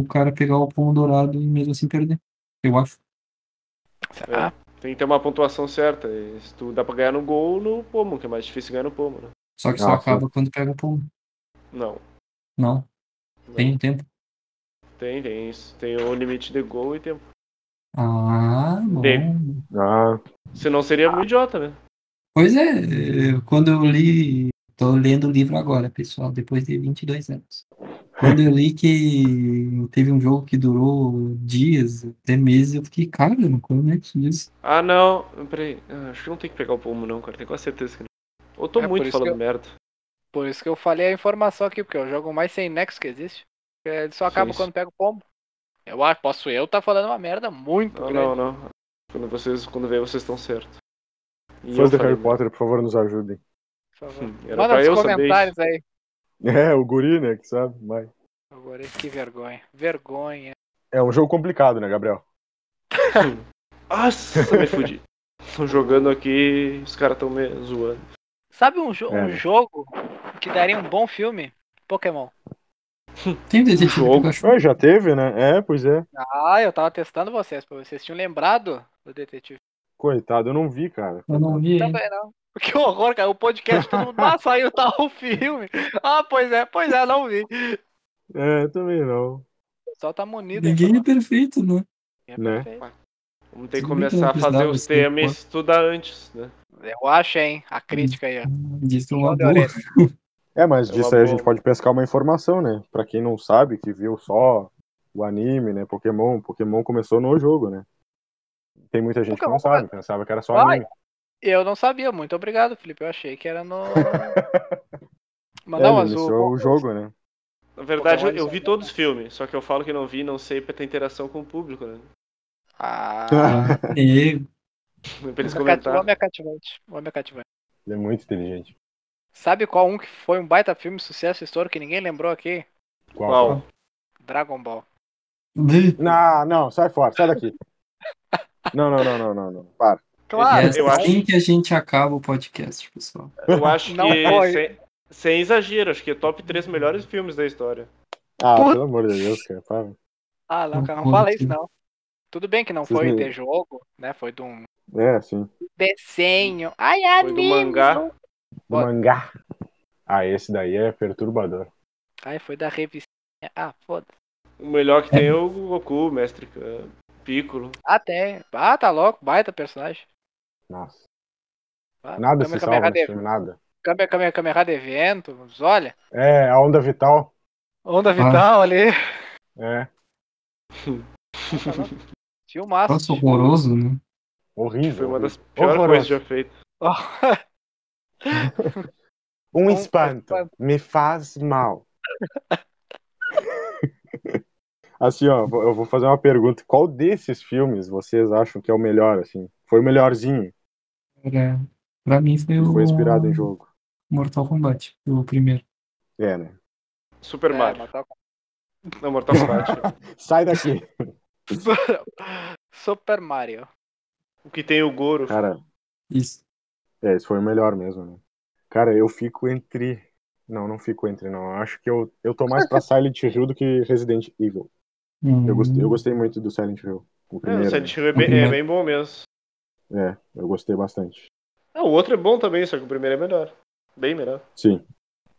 o cara pegar o pomo dourado e mesmo assim perder. Eu acho. Será? Tem que ter uma pontuação certa. E se tu dá pra ganhar no gol ou no pomo, que é mais difícil ganhar no pomo, né? Só que só Ah, acaba quando pega o pomo. Não. Não, não. tem um tempo. Tem, tem isso. Tem o limite de gol e tempo. Ah, bom. Tem. Ah, Senão seria muito idiota, né? Pois é, eu- quando eu li, tô lendo o livro agora, pessoal, depois de 22 anos. Quando eu li que teve um jogo que durou dias, até meses, eu fiquei, cara, como é que isso? Ah, não. Peraí. Ah, acho que não tem que pegar o pomo, não, cara. Tenho quase certeza que não. Eu tô É, por muito isso que falando eu- merda. Por isso que eu falei a informação aqui, porque é o jogo mais sem nexo que existe. É, Ele só acaba Sim. quando pega o pombo. Eu acho, posso eu tá falando uma merda muito Não, grande. não, não. Quando vocês, quando vê, vocês estão certos. E eu fãs do falei- né? Harry Potter, por favor, nos ajudem. Por favor. Hum, Era Manda pra eu nos saber comentários isso. aí. É, o guri, né, que sabe, mas... Agora, que vergonha. Vergonha. É um jogo complicado, né, Gabriel? Nossa, me fudi. Tô jogando aqui, os caras tão me zoando. Sabe um, jo- É, um né? jogo que daria um bom filme? Pokémon. Tem um detetive Jogo. Pikachu? Ah, já teve, né? É, pois é. Ah, eu tava testando vocês, pra vocês tinham lembrado do detetive. Coitado, eu não vi, cara. Eu não Tá vi ainda. Também não. Que horror, cara. O podcast todo mundo. Ah, saiu tal filme. Ah, pois é, pois é, não vi. O É, também não. pessoal tá então. munido. hein, Ninguém é mano? perfeito, né? É né? perfeito. Vamos ter que Tudo bem que eu começar a não fazer precisava, os assim, temas e pô. estudar antes, né? É. Eu acho, hein? A crítica aí, ó. Diz que é uma Olha, boa. olha. É, mas É disso uma aí a boa. gente pode pescar uma informação, né? Pra quem não sabe, que viu só o anime, né? Pokémon. Pokémon começou no jogo, né? Tem muita gente que Pokémon não sabe, pensava que era só Vai. anime. Eu não sabia, muito obrigado, Felipe. Eu achei que era no. um Mas é, não, ele mas iniciou o. o jogo, né? Na verdade, eu, Pokémon, eu vi todos os filmes, só que eu falo que não vi, não sei pra ter interação com o público, né? Ah, E Pra eles o cati- o comentarem. homem é cativante. O homem é cativante. Ele é muito inteligente. Sabe qual um que foi um baita filme, sucesso, estouro que ninguém lembrou aqui? Qual? Dragon Ball. Não, não, sai fora, sai daqui. Não, não, não, não, não, não. Para. Ah, Claro, é eu acho- assim que a gente acaba o podcast, pessoal. Tá Eu acho Não que, foi. sem, sem exagero, acho que é top 3 melhores filmes da história. Ah, Puta. pelo amor de Deus, cara. Para. Ah, não, cara, não Não fala foi, isso não. Tudo bem que não Vocês foi me- de jogo, né? Foi de um É, sim. desenho. Ai, é anime. Foi do mangá. Do Bora. mangá. Ah, esse daí é perturbador. Ai, foi da revistinha. Ah, foda-se. O melhor que tem é o Goku, Mestre Khan, Piccolo. Até. Ah, tá louco, baita personagem. Nossa. Ah, Nada se Kame Kame salva né, Rade- nesse filme, nada. Kame Kame Kame Rade Evento, mas olha. É, a onda vital. Onda Vital ali. É, Filmaço. Nossa, horroroso, né? horrível. Foi uma das horrível. piores Horroroso. coisas já feitas. Um Um Então, espanto. espanto. Me faz mal. assim, ó, vou- eu vou fazer uma pergunta. Qual desses filmes vocês acham que é o melhor, assim? Foi o melhorzinho Era- Pra mim foi que o foi inspirado em jogo? Mortal Kombat, o primeiro. É, né? Super É, Mario. Mortal Não, Mortal Kombat. Sai daqui. Kombat. Super Mario. o que tem o Goro. Cara, Isso. É, esse foi o melhor mesmo, né? Cara, eu fico entre. Não, não fico entre, não. Eu acho que eu, eu tô mais pra Silent Hill do que Resident Evil. Eu gostei, eu gostei muito do Silent Hill. O É, o primeiro. Silent Hill é O bem, é primeiro. bem bom mesmo. né? É, eu gostei bastante. Não, o outro é bom também, só que o primeiro é melhor. Bem melhor. Sim.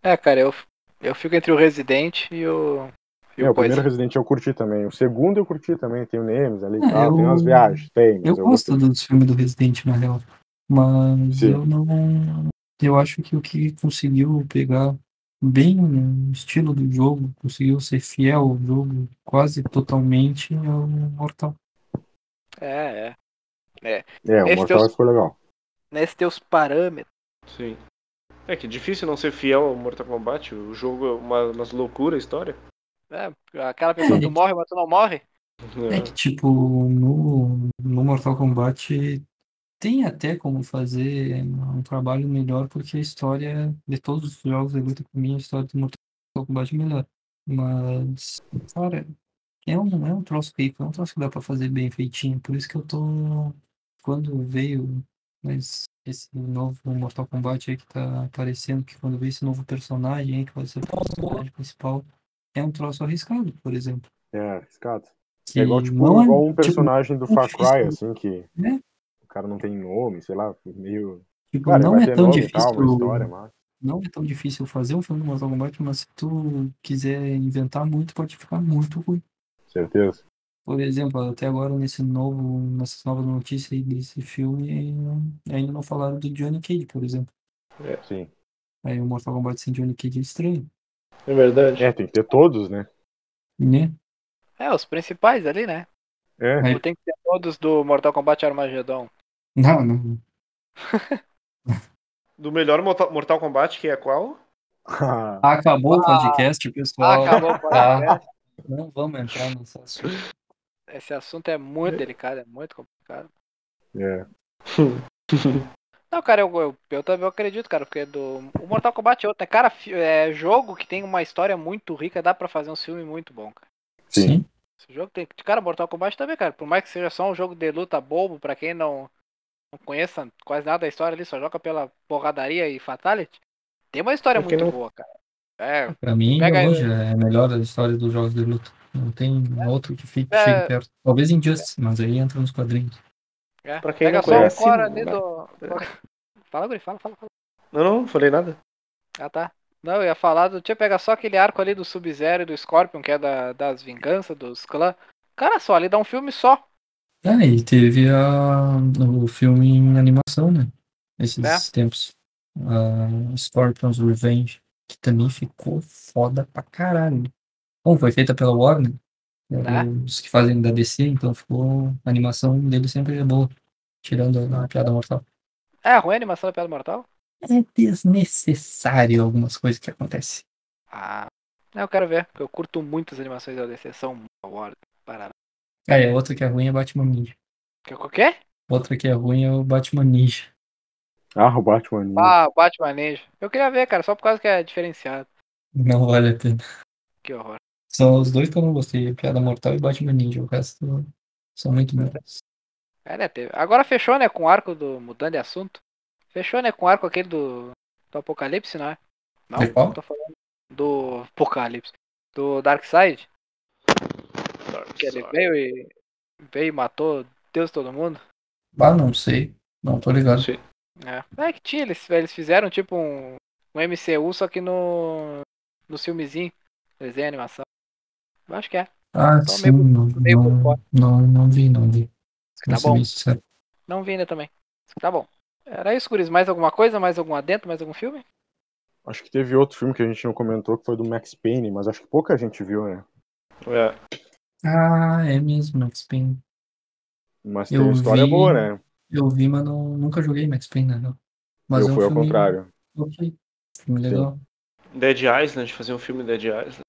É, cara, eu, eu fico entre o Resident e o. E É, o o primeiro Poison. Resident eu curti também. O segundo eu curti também. Tem o Nemes ali e É, tal. Tem eu- umas viagens. Tem, mas Eu gosto dos filmes do Resident, na real. Mas Sim. eu não. Eu acho que o que conseguiu pegar bem o estilo do jogo, conseguiu ser fiel ao jogo quase totalmente, é o Mortal. É, é. É, o Esse Mortal teu- ficou legal. Nesse teus parâmetros. Sim. É que difícil não ser fiel ao Mortal Kombat. O jogo é uma, umas loucuras a história. né? Aquela pessoa que É. morre, mas tu não morre. É que, tipo, no, no Mortal Kombat tem até como fazer um trabalho melhor, porque a história de todos os jogos de luta, pra mim, a história do Mortal Kombat é melhor. Mas, cara, é um, é um troço que é um troço que dá pra fazer bem feitinho. Por isso que eu tô. Quando veio mas esse novo Mortal Kombat aí que tá aparecendo, que quando veio esse novo personagem aí, que vai ser o personagem principal, é um troço arriscado, por exemplo. É, arriscado. Que É igual, tipo, não é- igual um tipo, personagem do muito Far difícil. Cry, assim, que É. o cara não tem nome, sei lá, meio. Tipo, Claro, não vai é ter tão nome e difícil, tal, uma história, mas. não é tão difícil fazer um filme do Mortal Kombat, mas se tu quiser inventar muito, pode ficar muito ruim. Certeza. Por exemplo, até agora nesse novo, nessas novas notícias aí desse filme, eh, ainda não falaram do Johnny Cage, por exemplo. É. Sim. Aí o Mortal Kombat sem Johnny Cage é estranho, É verdade. É, tem que ter todos, né? né? É, os principais ali, né? É. É. Não tem que ter todos do Mortal Kombat Armageddon. Não, não. Do melhor Mortal, Mortal Kombat, que é qual? Ah, Acabou o podcast, pessoal. Ah, acabou o Tá? podcast. Não vamos entrar nessa assunto. Esse assunto é muito delicado, é muito complicado. é. Não, cara, eu, eu, eu também acredito, cara, porque do o Mortal Kombat é outro, né? Cara, fi- é jogo que tem uma história muito rica, dá pra fazer um filme muito bom, cara. Sim. Esse jogo tem. Cara, Mortal Kombat também, cara. Por mais que seja só um jogo de luta bobo, pra quem não, não conheça quase nada da história ali, só joga pela porradaria e fatality. Tem uma história Pra quem muito não- boa, cara. É, Pra mim, Pega aí. hoje é a melhor a história dos jogos de luta. Não tem outro que fique, É. chegue perto. Talvez Injustice, mas aí entra nos quadrinhos. é. Pra quem Pega não só conhece, né? o core não ali dá. do. Fala, Guri, fala, fala, fala. Não, não, não falei nada. Ah, tá. Não, eu ia falar do. Tinha pegar só aquele arco ali do Sub-Zero e do Scorpion, que é da, das vinganças, dos clãs. Cara, só, ali dá um filme só. Ah, e teve a, o filme em animação, né? Esses É. tempos. Ah, Scorpion's Revenge, que também ficou foda pra caralho. Bom, foi feita pela Warner, né, Tá. os que fazem da DC, então ficou. A animação dele sempre é boa, tirando a, a piada mortal. É ruim a animação da Pedra Mortal? É desnecessário algumas coisas que acontecem. Ah. Não, eu quero ver, porque eu curto muito as animações da DC, são uma hora. Parada. Ah, é, outra que é ruim é Batman Ninja. Que- O quê? Outra que é ruim é o Batman Ninja. Ah, o Batman. Ninja. Ah, o Batman Ninja. Eu queria ver, cara, só por causa que é diferenciado. Não vale a pena. Que horror. São os dois que eu não gostei, é Piada Mortal e Batman Ninja. O resto são muito É. bons. Cara, teve- Agora fechou, né, com o arco do. Mudando de assunto. Fechou, né, com o arco aquele do. Do Apocalipse, não é? Não, De qual? tô falando do Apocalipse. Do Darkseid. Que ele veio e. Veio e matou Deus e todo mundo. Ah, não sei. Não tô ligado. É. É que tinha, eles, eles fizeram tipo um. Um MCU, só que no. No filmezinho. Desenho e animação. Eu acho que é. Ah, Tô sim, meio- não, meio por não, fora. não, não vi, não vi. Tá Vou ser bom. bem sincero. Não vi ainda também. Tá bom. Era isso, Guris. Mais alguma coisa? Mais algum adentro? Mais algum filme? Acho que teve outro filme que a gente não comentou que foi do Max Payne, mas acho que pouca gente viu, né? É. Ah, é mesmo, Max Payne. Mas Eu tem uma história vi- boa, né? Eu vi, mas não, nunca joguei Max Payne, né? não. Mas eu é um fui ao filme- contrário. ok. Filme Sim. legal. Dead Island, fazer um filme Dead Island.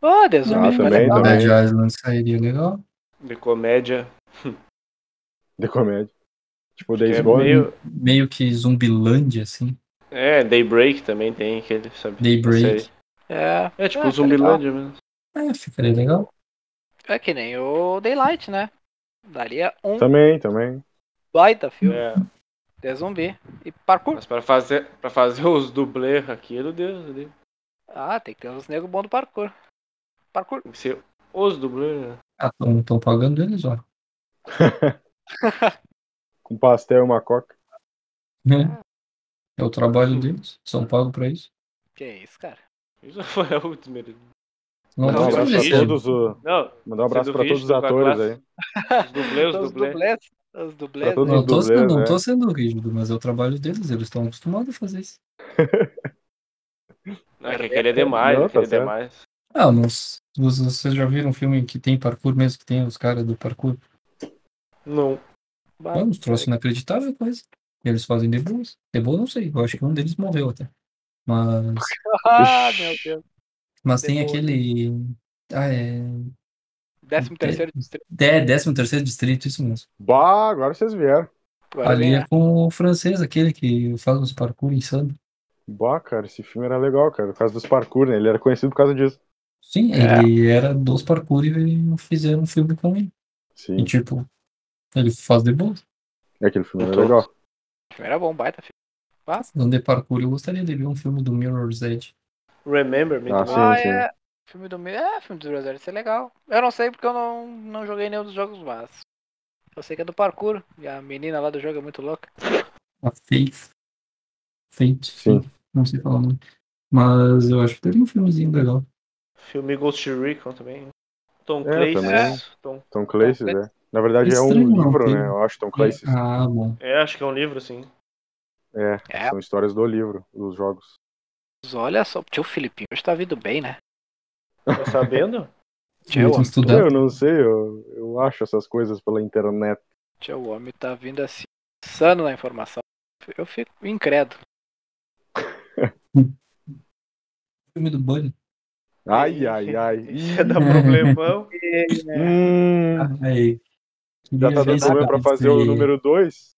Ô, Deus do Ah, livro, também, legal. também. Dead Island sairia legal. De comédia. De comédia. Tipo, que Days é, Gone. meio... Meio que Zumbilândia, assim. é, Daybreak também tem, que ele sabe. Daybreak. Sei. É, É tipo Ah, tá Zumbilândia mesmo. É, ficaria legal. é que nem o Daylight, né? Daria Tá. um Também, também. baita filme É, de zumbi e parkour. mas pra fazer, pra fazer os dublês aquilo, Deus, Deus. Ah, tem que ter uns negros bons do parkour. Parkour. Tem que ser os dublês, né? Ah, estão pagando eles, ó. Com pastel e uma coca. Né? É o trabalho deles, são pagos pra isso. Que isso, cara. Isso foi o desmerido. Não, Não, Mandar um não, abraço pra Sim. todos, o- Não, mandar um abraço Sendo pra todos os rígido com a atores classe. aí. os dublês, os Os dublês. dublês. Os Pra dublês. todos né? não, tô, dublês, não tô né? sendo rígido, mas é o trabalho deles, eles estão acostumados a fazer isso. Não, é que aquele é demais, Não, aquele é tá certo. demais. Ah, mas vocês vocês já viram um filme que tem parkour mesmo, que tem os caras do parkour? Não. Bah, Ah, uns troços inacreditáveis, coisa. E eles fazem The Bulls. The Bulls, não sei, eu acho que um deles morreu até. Mas, Ah, meu Deus. mas The tem Bulls. aquele. Ah, é. Décimo terceiro distrito. Dé- 13º distrito, isso mesmo. Bah, agora vocês vieram. Agora Ali vem é com o francês, aquele que faz uns parkour insano. Bah, cara, esse filme era legal, cara. Por causa dos parkour, né? Ele era conhecido por causa disso. Sim, É. ele era dos parkour e fizeram um filme com ele. E Sim, é, tipo, ele faz The Bulls. aquele filme era Então. legal. a- Era bom, baita filme. Não de parkour, eu gostaria de ver um filme do Mirror's Edge. Remember me. um Ah, também. sim, ah, sim. é. Filme do meio. É, filme do Rosário, isso é legal. Eu não sei porque eu não, não joguei nenhum dos jogos, mas. Eu sei que é do parkour. E a menina lá do jogo é muito louca. A Faith. Faith, Sim. Faith, não sei falar o nome. Mas eu acho que teria um filmezinho legal. Filme Ghost Recon também. Tom É, Clancy. também. Tom... Tom Clancy, Tom né? Na verdade é um Estranho, não, livro, tem- né? Eu acho Tom Clancy. Ah, bom. É, acho que é um livro, sim. É, É. são histórias do livro, dos jogos. Mas Olha só, tio Filipinho hoje tá vindo bem, né? Tá sabendo? Tinha Tio, que homem- estudar. Eu não sei, eu, eu acho essas coisas pela internet. tio homem tá vindo assim, insano na informação. Eu fico incrédulo. filme do Bunny. Ai, ai, ai. Ih, Isso é da problemão. hum, Aí. já tá é dando problema pra fazer o número 2?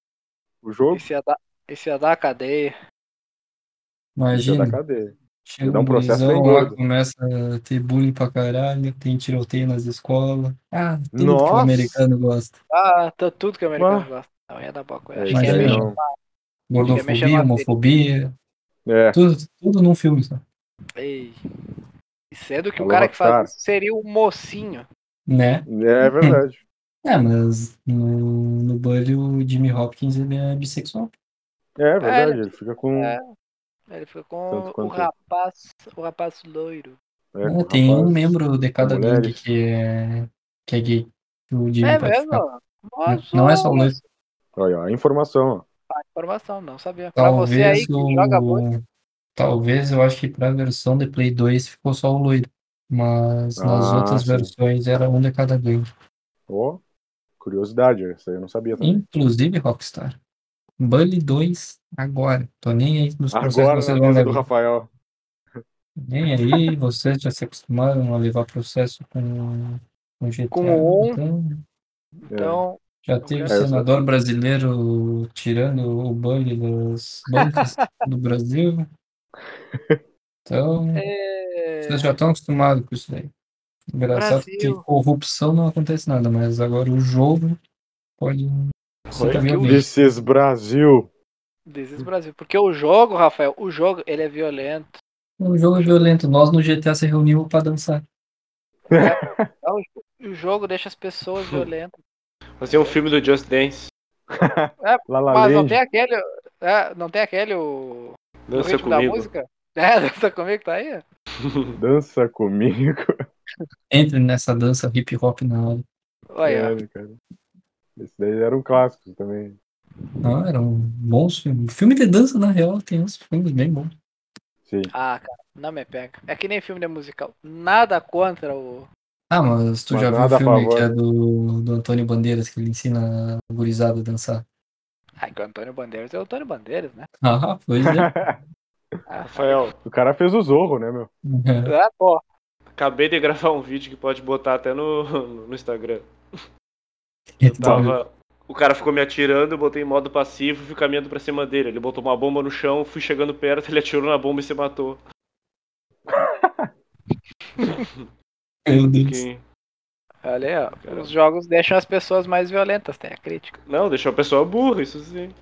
O jogo? Esse ia dar, esse ia dar a cadeia. Isso é Imagina, da cadeia. chega dá um um processo gurizão bem lá, gordo. começa a ter bullying pra caralho, tem tiroteio nas escolas. Ah, tudo que o Nossa! americano gosta. Ah, tá tudo que o americano Ah. gosta. Não ia dar boa coisa. É, Acho isso que mas é aí mexer. meio. não. mexer na Gordofobia, tele. homofobia, É, tudo, tudo num filme só. Ei. E sendo que o Alô, cara que Rockstar. faz isso seria o mocinho. Né? é verdade. É, mas no, no Buddy o Jimmy Hopkins ele é bissexual. É verdade, ele fica com. É. Ele ficou com Tanto o quanto- rapaz, o rapaz loiro. é, né? com Tem rapaz. um membro de cada gangue mulheres. que é, que é gay. O Jimmy é pode ficar. mesmo? Nossa, Não é só o loiro. Olha, ó, a informação, Ah, Informação, não sabia. Pra Talvez você aí que o... joga muito. Talvez eu acho que pra versão de Play 2 ficou só o loiro. Mas nas Ah, outras sim. versões era um de cada gangue. ó. Ó, curiosidade, essa aí eu não sabia também. Inclusive Rockstar. Bully 2 agora. Tô nem aí nos processos que Agora vocês na vão mesa do levar. Rafael. Nem aí, vocês já se acostumaram a levar processo com, com GTA. Com o um. Então, Então, já teve quero- É, eu só- senador brasileiro tirando o Bully das bancas do Brasil. Então, é... Vocês já estão acostumados com isso daí. Engraçado Brasil. que corrupção não acontece nada, mas agora o jogo pode. Você Olha tá que meio eu bem. This is Brasil. This is Brasil. Porque o jogo, Rafael, o jogo, ele é violento. O jogo é violento. Nós no GTA se reunimos pra dançar. É o- O jogo deixa as pessoas Hum. violentas. Fazer um filme do Just Dance. Lala Mas não Land. tem aquele. é, não tem aquele o, o Dança ritmo da comigo. música? É, dança comigo, tá aí? Dança comigo. Entre nessa dança hip hop na hora. Olha, É. Caralho, É, cara. Esse daí era um clássico também. Não, era um bom filme. Filme de dança, na real, tem uns filmes bem bons. Sim. Ah, cara, não me pega. É que nem filme de musical. Nada contra o. Ah, mas tu Mas já viu o nada a filme que favor. é do, do Antônio Bandeiras, que ele ensina a gurizada a dançar? Ai, que o Antônio Bandeiras é o Antônio Bandeiras, né? Ah, pois é. Ah, Rafael, o cara fez o zorro, né, meu? É. ah, pô. acabei de gravar um vídeo que pode botar até no, no Instagram. Eu Tava. O cara ficou me atirando, eu botei em modo passivo e fui caminhando pra cima dele. Ele botou uma bomba no chão, fui chegando perto, ele atirou na bomba e se matou. Meu Deus. Quem- Olha aí, ó. Caramba. Os jogos deixam as pessoas mais violentas, tem a crítica. Não, deixou a pessoa burra, isso sim.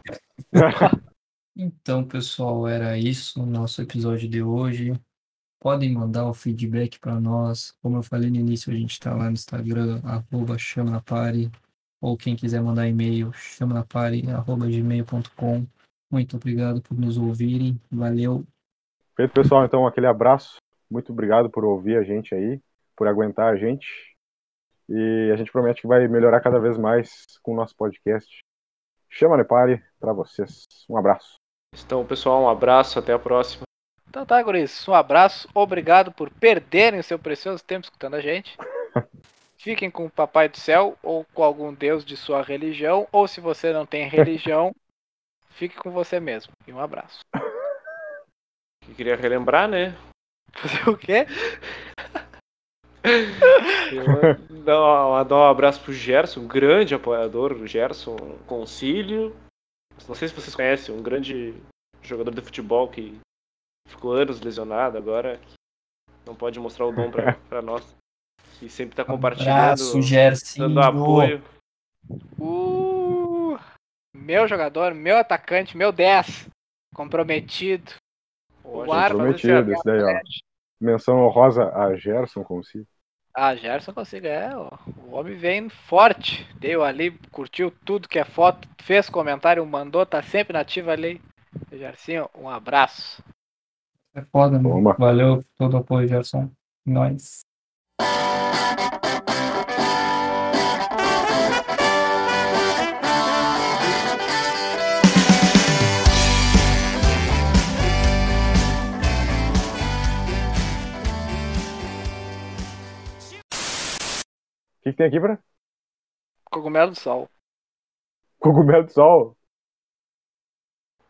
Então, pessoal, era isso o nosso episódio de hoje. Podem mandar o feedback para nós. Como eu falei no início, a gente está lá no Instagram, arroba chama na pare, ou quem quiser mandar e-mail, chama na pare, arroba gmail.com. Muito obrigado por nos ouvirem. Valeu. Feito, pessoal. Então, aquele abraço. Muito obrigado por ouvir a gente aí, por aguentar a gente. E a gente promete que vai melhorar cada vez mais com o nosso podcast. Chama Nepale para vocês. Um abraço. Então, pessoal, um abraço. Até a próxima. Então tá, guris. Um abraço. Obrigado por perderem o seu precioso tempo escutando a gente. Fiquem com o Papai do Céu ou com algum deus de sua religião. Ou se você não tem religião, fique com você mesmo. E um abraço. Eu queria relembrar, né? Fazer o quê? Eu Dar um- dar um abraço pro Gerson, um grande apoiador, o Gerson um Concílio. Não sei se vocês conhecem, um grande jogador de futebol que ficou anos lesionado agora, que não pode mostrar o dom pra, pra nós. E sempre tá Um Abraço, compartilhando, Gersinho. dando apoio. Uh, meu jogador, meu atacante, meu 10. Comprometido. Ó, O ar- gente, faz esse Comprometido, isso daí, ó. Menção honrosa a Gerson Consi. Ah, Gerson consiga, é. ó, O homem vem forte. Deu ali, curtiu tudo que é foto, fez comentário, mandou, tá sempre nativa ali. Gersinho, um abraço. É foda, mano. Toma. Valeu por todo o apoio, Gerson. Nós. O que, que tem aqui, pra? Cogumelo do sol. Cogumelo de sol.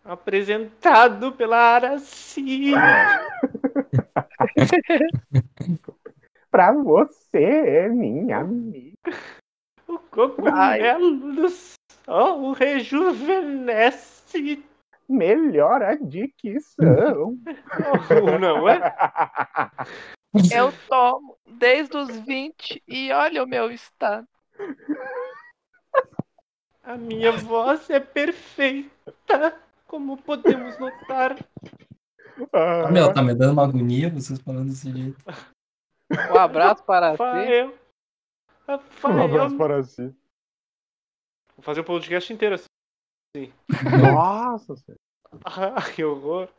Apresentado pela Aracina. Pra você, minha amiga. O cogumelo do sol rejuvenesce. Melhor adicção. Não, Não é? Eu tomo desde os 20 e olha o meu estado. A minha voz é perfeita, como podemos notar. Ah, Meu, tá me dando uma agonia vocês falando desse jeito. Um abraço para si. Rafael. um Rafael. abraço Vou para si. fazer o podcast inteiro assim. Nossa, Ah, que horror.